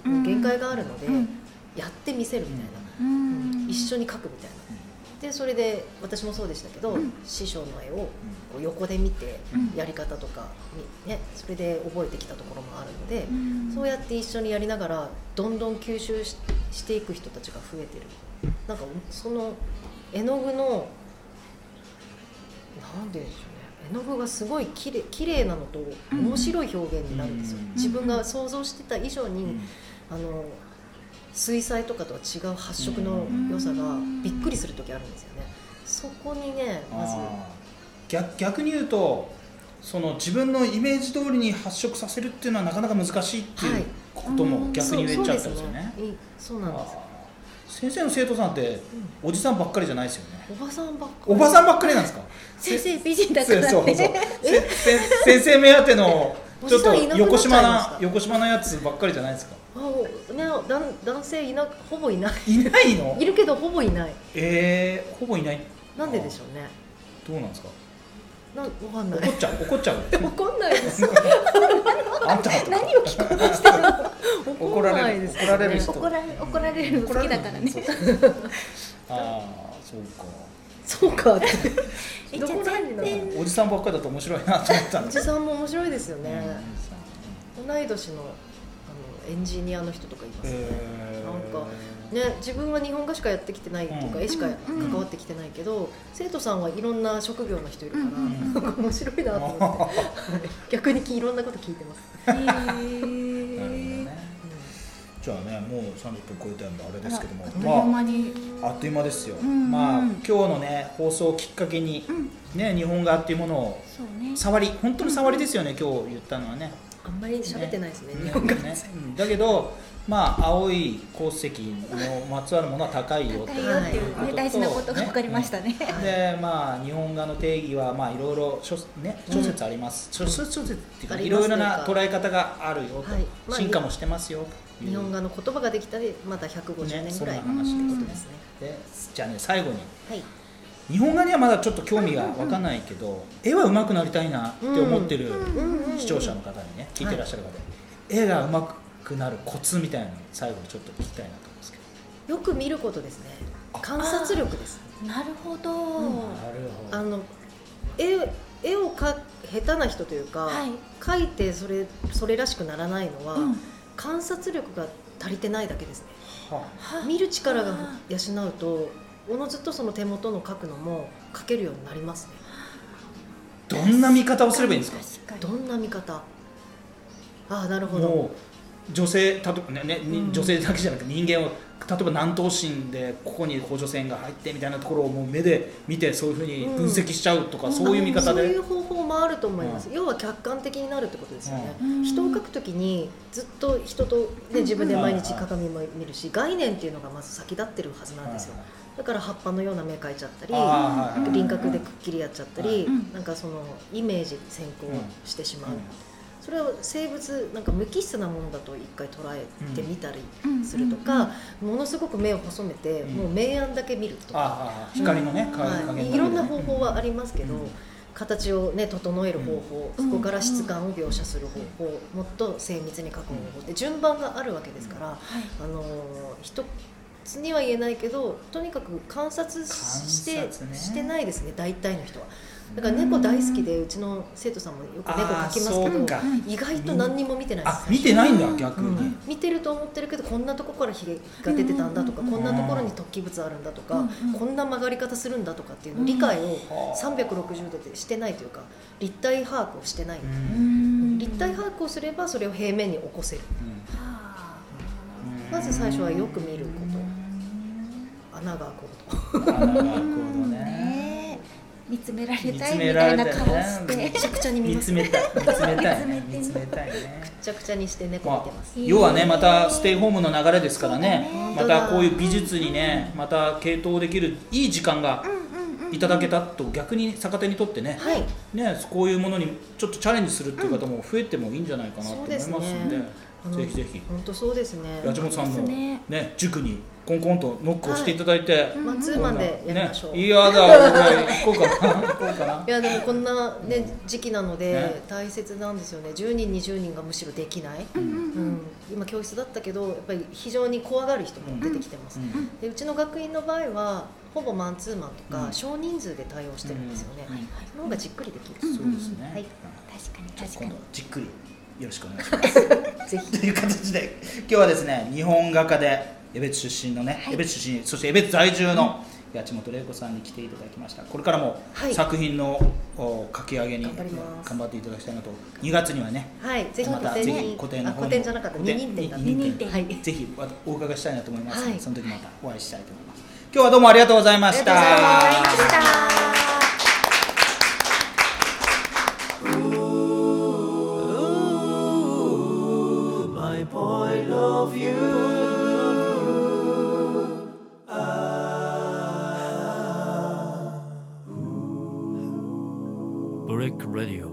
[SPEAKER 2] う
[SPEAKER 4] む限界があるので、
[SPEAKER 3] うん
[SPEAKER 4] やってみせるみたいな、
[SPEAKER 3] うん
[SPEAKER 4] 一緒に描くみたいなでそれで私もそうでしたけど、
[SPEAKER 3] うん
[SPEAKER 4] 師匠の絵をこう横で見て
[SPEAKER 3] うん
[SPEAKER 4] やり方とかに、ね、それで覚えてきたところもあるので、
[SPEAKER 3] ん
[SPEAKER 4] そうやって一緒にやりながらどんどん吸収ししていく人たちが増えてるなんかその絵の具のなんででしょうね絵の具がすごいきれい綺麗なのと
[SPEAKER 3] ん
[SPEAKER 4] 面白い表現になるんですよ、
[SPEAKER 2] うん
[SPEAKER 4] 自分が想像してた以上に、
[SPEAKER 2] うん
[SPEAKER 4] あの水彩とかとは違う発色の良さがびっくりする時あるんですよねそこにねまず
[SPEAKER 2] あー逆逆に言うとその自分のイメージ通りに発色させるっていうのはなかなか難しいって
[SPEAKER 4] は
[SPEAKER 2] いう
[SPEAKER 4] い
[SPEAKER 2] ことも逆に言えちゃったんですよね。
[SPEAKER 4] そうそうですねいいそうなんです、
[SPEAKER 2] あー先生の生徒さんっておじさんばっかりじゃないですよね。
[SPEAKER 4] おばさんばっかり
[SPEAKER 2] おばさんばっかりなんですか。
[SPEAKER 3] 先生美人だか
[SPEAKER 2] そ
[SPEAKER 3] ら
[SPEAKER 2] う
[SPEAKER 3] ね
[SPEAKER 2] そうそう。せせ先生目当ての
[SPEAKER 4] お
[SPEAKER 2] ちょ
[SPEAKER 4] じ
[SPEAKER 2] っ
[SPEAKER 4] さ
[SPEAKER 2] と
[SPEAKER 4] んいなくなっちゃい
[SPEAKER 2] 横
[SPEAKER 4] ました
[SPEAKER 2] 島な横島なやつばっかりじゃないですか。
[SPEAKER 4] あおね、男男性いなほぼいない
[SPEAKER 2] いないの
[SPEAKER 4] い？るけどほぼいない
[SPEAKER 2] ええー、ほぼいない。
[SPEAKER 4] なんででしょうね
[SPEAKER 2] う。どうなんですか。
[SPEAKER 4] なんわかんない
[SPEAKER 2] 怒っちゃう怒っちゃう。
[SPEAKER 4] 怒んないです
[SPEAKER 2] あんた
[SPEAKER 3] 何を聞こうとしてるの
[SPEAKER 4] 怒らないです、ね、
[SPEAKER 2] 怒られる人
[SPEAKER 3] 怒られ怒られるの好きだからね
[SPEAKER 2] 怒られるのそうああそうか。
[SPEAKER 4] そう かって
[SPEAKER 3] え
[SPEAKER 4] どこら辺にな
[SPEAKER 3] じゃあ
[SPEAKER 4] る
[SPEAKER 3] 全
[SPEAKER 2] おじさんばっかりだと面白いなと思ったん
[SPEAKER 4] お
[SPEAKER 2] で
[SPEAKER 4] じ
[SPEAKER 2] す。
[SPEAKER 4] さんも面白いですよ
[SPEAKER 2] うん
[SPEAKER 4] ね、同い年のあのエンジニアの人とかいますよね、
[SPEAKER 2] えー
[SPEAKER 4] なんかね、自分は日本画しかやってきてないとか、
[SPEAKER 2] うん
[SPEAKER 4] 絵しか
[SPEAKER 3] うん
[SPEAKER 4] 関わってきてないけど、生徒さんはいろんな職業の人いるから、
[SPEAKER 2] うん
[SPEAKER 4] なんか面白いなと 思って逆にいろんなこと聞いてます、
[SPEAKER 2] なるほど
[SPEAKER 3] 然
[SPEAKER 2] ね。じゃあねもう30分超えたんであれですけども
[SPEAKER 3] あっという
[SPEAKER 2] ま
[SPEAKER 3] 間に
[SPEAKER 2] ああっという間ですよ、
[SPEAKER 3] うんうん
[SPEAKER 2] まあ今日のね放送をきっかけに
[SPEAKER 3] うん
[SPEAKER 2] ね日本画っていうものを
[SPEAKER 3] そうね
[SPEAKER 2] 触り本当の触りですよね今日言ったのはね
[SPEAKER 4] あんまり喋ってないですね
[SPEAKER 2] ね
[SPEAKER 4] 日本画
[SPEAKER 2] ねうんだけどまあ青い鉱石のまつわるものは高いよって
[SPEAKER 3] 高いよっていうね大事なことが分かりましたね
[SPEAKER 2] でまあ日本画の定義はまあいろいろ諸,、ね、諸説あります、諸説諸説っていうか
[SPEAKER 4] あ
[SPEAKER 2] い
[SPEAKER 4] り
[SPEAKER 2] ろ
[SPEAKER 4] ま
[SPEAKER 2] い
[SPEAKER 4] す
[SPEAKER 2] ろ
[SPEAKER 4] ね
[SPEAKER 2] な捉え方があるよと、
[SPEAKER 4] はいまあ
[SPEAKER 2] 進化もしてますよという
[SPEAKER 4] 日本画の言葉ができたでまた150
[SPEAKER 2] ね
[SPEAKER 4] 年
[SPEAKER 2] そ
[SPEAKER 4] ぐ
[SPEAKER 2] んな
[SPEAKER 4] らい、
[SPEAKER 2] 話
[SPEAKER 3] うん
[SPEAKER 2] で
[SPEAKER 4] です
[SPEAKER 2] す
[SPEAKER 4] ね
[SPEAKER 2] ねでじゃあね最後に
[SPEAKER 4] はい
[SPEAKER 2] 日本画にはまだちょっと興味がわかんないけど、絵は上手くなりたいなって思ってる
[SPEAKER 4] うんうん
[SPEAKER 2] 視聴者の方にね聞いてらっしゃる方で、絵が上手くなるコツみたいなのを最後にちょっと聞きたいなと思うんですけど
[SPEAKER 4] よく見ることですね観察力です
[SPEAKER 3] なるほど
[SPEAKER 2] なるほど
[SPEAKER 4] あの絵絵をか下手な人というか、
[SPEAKER 3] はい
[SPEAKER 4] 描いてそれそれらしくならないのは、
[SPEAKER 3] うん
[SPEAKER 4] 観察力が足りてないだけですね
[SPEAKER 2] は
[SPEAKER 3] は
[SPEAKER 4] 見る力が養うとおのずとその手元の描くのも描けるようになりますね
[SPEAKER 2] どんな見方をすればいいんですか
[SPEAKER 3] 確か
[SPEAKER 4] ど
[SPEAKER 3] に
[SPEAKER 4] んな見方ああなるほど
[SPEAKER 2] もう女性例えばねね、に
[SPEAKER 4] うん
[SPEAKER 2] 女性だけじゃなくて人間を例えば南東神でここに補助線が入ってみたいなところをもう目で見てそういうふうに分析しちゃうとか、
[SPEAKER 4] うん
[SPEAKER 2] そういう見方
[SPEAKER 4] そう
[SPEAKER 2] で、
[SPEAKER 4] いう方法もあると思います、
[SPEAKER 2] う
[SPEAKER 4] 要は客観的になるってことですよね、
[SPEAKER 3] うん
[SPEAKER 4] 人を描くときにずっと人と、
[SPEAKER 3] うん
[SPEAKER 4] ね、自分で毎日鏡も見るし概念っていうのがまず先立ってるはずなんですよ
[SPEAKER 2] はい
[SPEAKER 4] だから葉っぱのような目描いちゃったり
[SPEAKER 2] あーはいはい
[SPEAKER 4] 輪郭でくっきりやっちゃったり、
[SPEAKER 3] うん
[SPEAKER 4] なんかそのイメージ先行してしまう、
[SPEAKER 2] うん
[SPEAKER 4] それを生物なんか無機質なものだと一回捉えてみたり
[SPEAKER 3] うん
[SPEAKER 4] するとか、ものすごく目を細めて、
[SPEAKER 2] うん
[SPEAKER 4] もう明暗だけ見るとか、
[SPEAKER 2] ああ光のね、加減加
[SPEAKER 4] は
[SPEAKER 2] 減
[SPEAKER 4] い、
[SPEAKER 2] が
[SPEAKER 4] いろんな方法はありますけど、
[SPEAKER 2] うん
[SPEAKER 4] 形を、ね、整える方法、
[SPEAKER 3] うん
[SPEAKER 4] そこから質感を描写する方法、もっと精密に描く方法って順番があるわけですから、
[SPEAKER 3] はい
[SPEAKER 4] あのー一つには言えないけどとにかく観察し
[SPEAKER 2] 観
[SPEAKER 4] て
[SPEAKER 2] 察ね
[SPEAKER 4] してないですね大体の人は。だから猫大好きでうちの生徒さんもよく猫描きます
[SPEAKER 2] あ
[SPEAKER 4] け
[SPEAKER 2] ーそう
[SPEAKER 4] ど
[SPEAKER 2] か
[SPEAKER 4] 意外と何にも見てないで
[SPEAKER 2] あ
[SPEAKER 4] す
[SPEAKER 2] 見てないんだ
[SPEAKER 3] うん
[SPEAKER 2] 逆
[SPEAKER 4] う
[SPEAKER 2] に
[SPEAKER 4] ん、見てると思ってるけどこんなとこからひげが出てたんだとか、
[SPEAKER 3] うん
[SPEAKER 2] うんうん
[SPEAKER 4] こんなところに突起物あるんだとか、
[SPEAKER 3] うんうん
[SPEAKER 4] こんな曲がり方するんだとかっていうのを理解を
[SPEAKER 2] はあ
[SPEAKER 4] 360度でしてないというか立体把握をしてない、
[SPEAKER 2] うん
[SPEAKER 4] 立体把握をすればそれを平面に起こせる
[SPEAKER 2] うん
[SPEAKER 4] まず最初はよく見るこ
[SPEAKER 3] こと
[SPEAKER 4] 穴が開くこと
[SPEAKER 2] とあなるほどね
[SPEAKER 3] ね見つめられ
[SPEAKER 2] 見
[SPEAKER 3] たい
[SPEAKER 2] つ
[SPEAKER 3] み
[SPEAKER 2] め
[SPEAKER 3] た
[SPEAKER 2] ら
[SPEAKER 3] い
[SPEAKER 2] れた
[SPEAKER 3] ない
[SPEAKER 2] ね
[SPEAKER 3] 顔して、
[SPEAKER 4] めちゃくちゃに見
[SPEAKER 2] 見
[SPEAKER 4] ます
[SPEAKER 2] つ
[SPEAKER 4] め
[SPEAKER 2] めたい見つめたいね
[SPEAKER 3] 見
[SPEAKER 2] 見
[SPEAKER 3] つ
[SPEAKER 2] つ
[SPEAKER 3] め
[SPEAKER 2] めたいね
[SPEAKER 4] ちゃくちゃにして猫
[SPEAKER 2] ま
[SPEAKER 4] 見
[SPEAKER 2] あ
[SPEAKER 4] てます、
[SPEAKER 3] いいね
[SPEAKER 2] 要はねまたステイホームの流れですからね
[SPEAKER 3] そう
[SPEAKER 2] ま
[SPEAKER 4] だね
[SPEAKER 2] たこういう美術にねまた系統できるいい時間が
[SPEAKER 3] うんうんうん
[SPEAKER 2] いただけたと逆に逆手にとってね
[SPEAKER 4] はい
[SPEAKER 2] ねこういうものにちょっとチャレンジするっていう方も増えてもいいんじゃないかなと思います
[SPEAKER 4] そうです
[SPEAKER 2] んで
[SPEAKER 4] ねあの
[SPEAKER 2] ぜひぜひ
[SPEAKER 4] 本当そうですね
[SPEAKER 2] 八本さん
[SPEAKER 3] そう
[SPEAKER 2] も
[SPEAKER 3] ですね
[SPEAKER 2] ね塾にコンコンとノックをしていただいて
[SPEAKER 4] マンツーマンでやりましょう、
[SPEAKER 2] ねいやだ行こうかな行こうかない
[SPEAKER 4] やでもこんな、ね、時期なの
[SPEAKER 2] ね
[SPEAKER 4] で大切なんですよね10人20人がむしろできない、
[SPEAKER 3] うんうん
[SPEAKER 4] う
[SPEAKER 3] うん
[SPEAKER 4] ん、今教室だったけどやっぱり非常に怖がる人も出てきてます、
[SPEAKER 2] うん
[SPEAKER 4] でうちの学院の場合はほぼマンツーマンとか、
[SPEAKER 2] うん
[SPEAKER 4] 少人数で対応してるんですよね、
[SPEAKER 3] はいはい
[SPEAKER 4] その方がじっくりできる、
[SPEAKER 2] そうですね、
[SPEAKER 4] はい
[SPEAKER 3] 確かに確
[SPEAKER 2] 今
[SPEAKER 3] かに
[SPEAKER 2] 度じっくりよろしくお願いします
[SPEAKER 4] ぜひ
[SPEAKER 2] という形で今日はですね日本画家で江別出身のね、江別出身そして江別在住の八本玲子さんに来ていただきましたこれからも
[SPEAKER 4] はい
[SPEAKER 2] 作品のお書き上げに
[SPEAKER 4] 頑張ります
[SPEAKER 2] 頑張っていただきたいなと2月にはね
[SPEAKER 4] はいぜひ
[SPEAKER 2] ま
[SPEAKER 4] 個
[SPEAKER 2] た
[SPEAKER 4] 展
[SPEAKER 2] ぜ
[SPEAKER 4] に、
[SPEAKER 2] ひ個展の
[SPEAKER 4] あ
[SPEAKER 2] 方
[SPEAKER 4] 個展じゃなかった
[SPEAKER 2] 個
[SPEAKER 4] 二
[SPEAKER 2] 展
[SPEAKER 4] 人展だった
[SPEAKER 2] 二
[SPEAKER 3] 人展
[SPEAKER 4] はい
[SPEAKER 2] ぜひわお伺いしたいなと思いますので、
[SPEAKER 4] はい
[SPEAKER 2] その時またお会いしたいと思います今日はどうもありがとうございました
[SPEAKER 4] ありがとうございました
[SPEAKER 3] でした
[SPEAKER 1] ブレック・ラディオ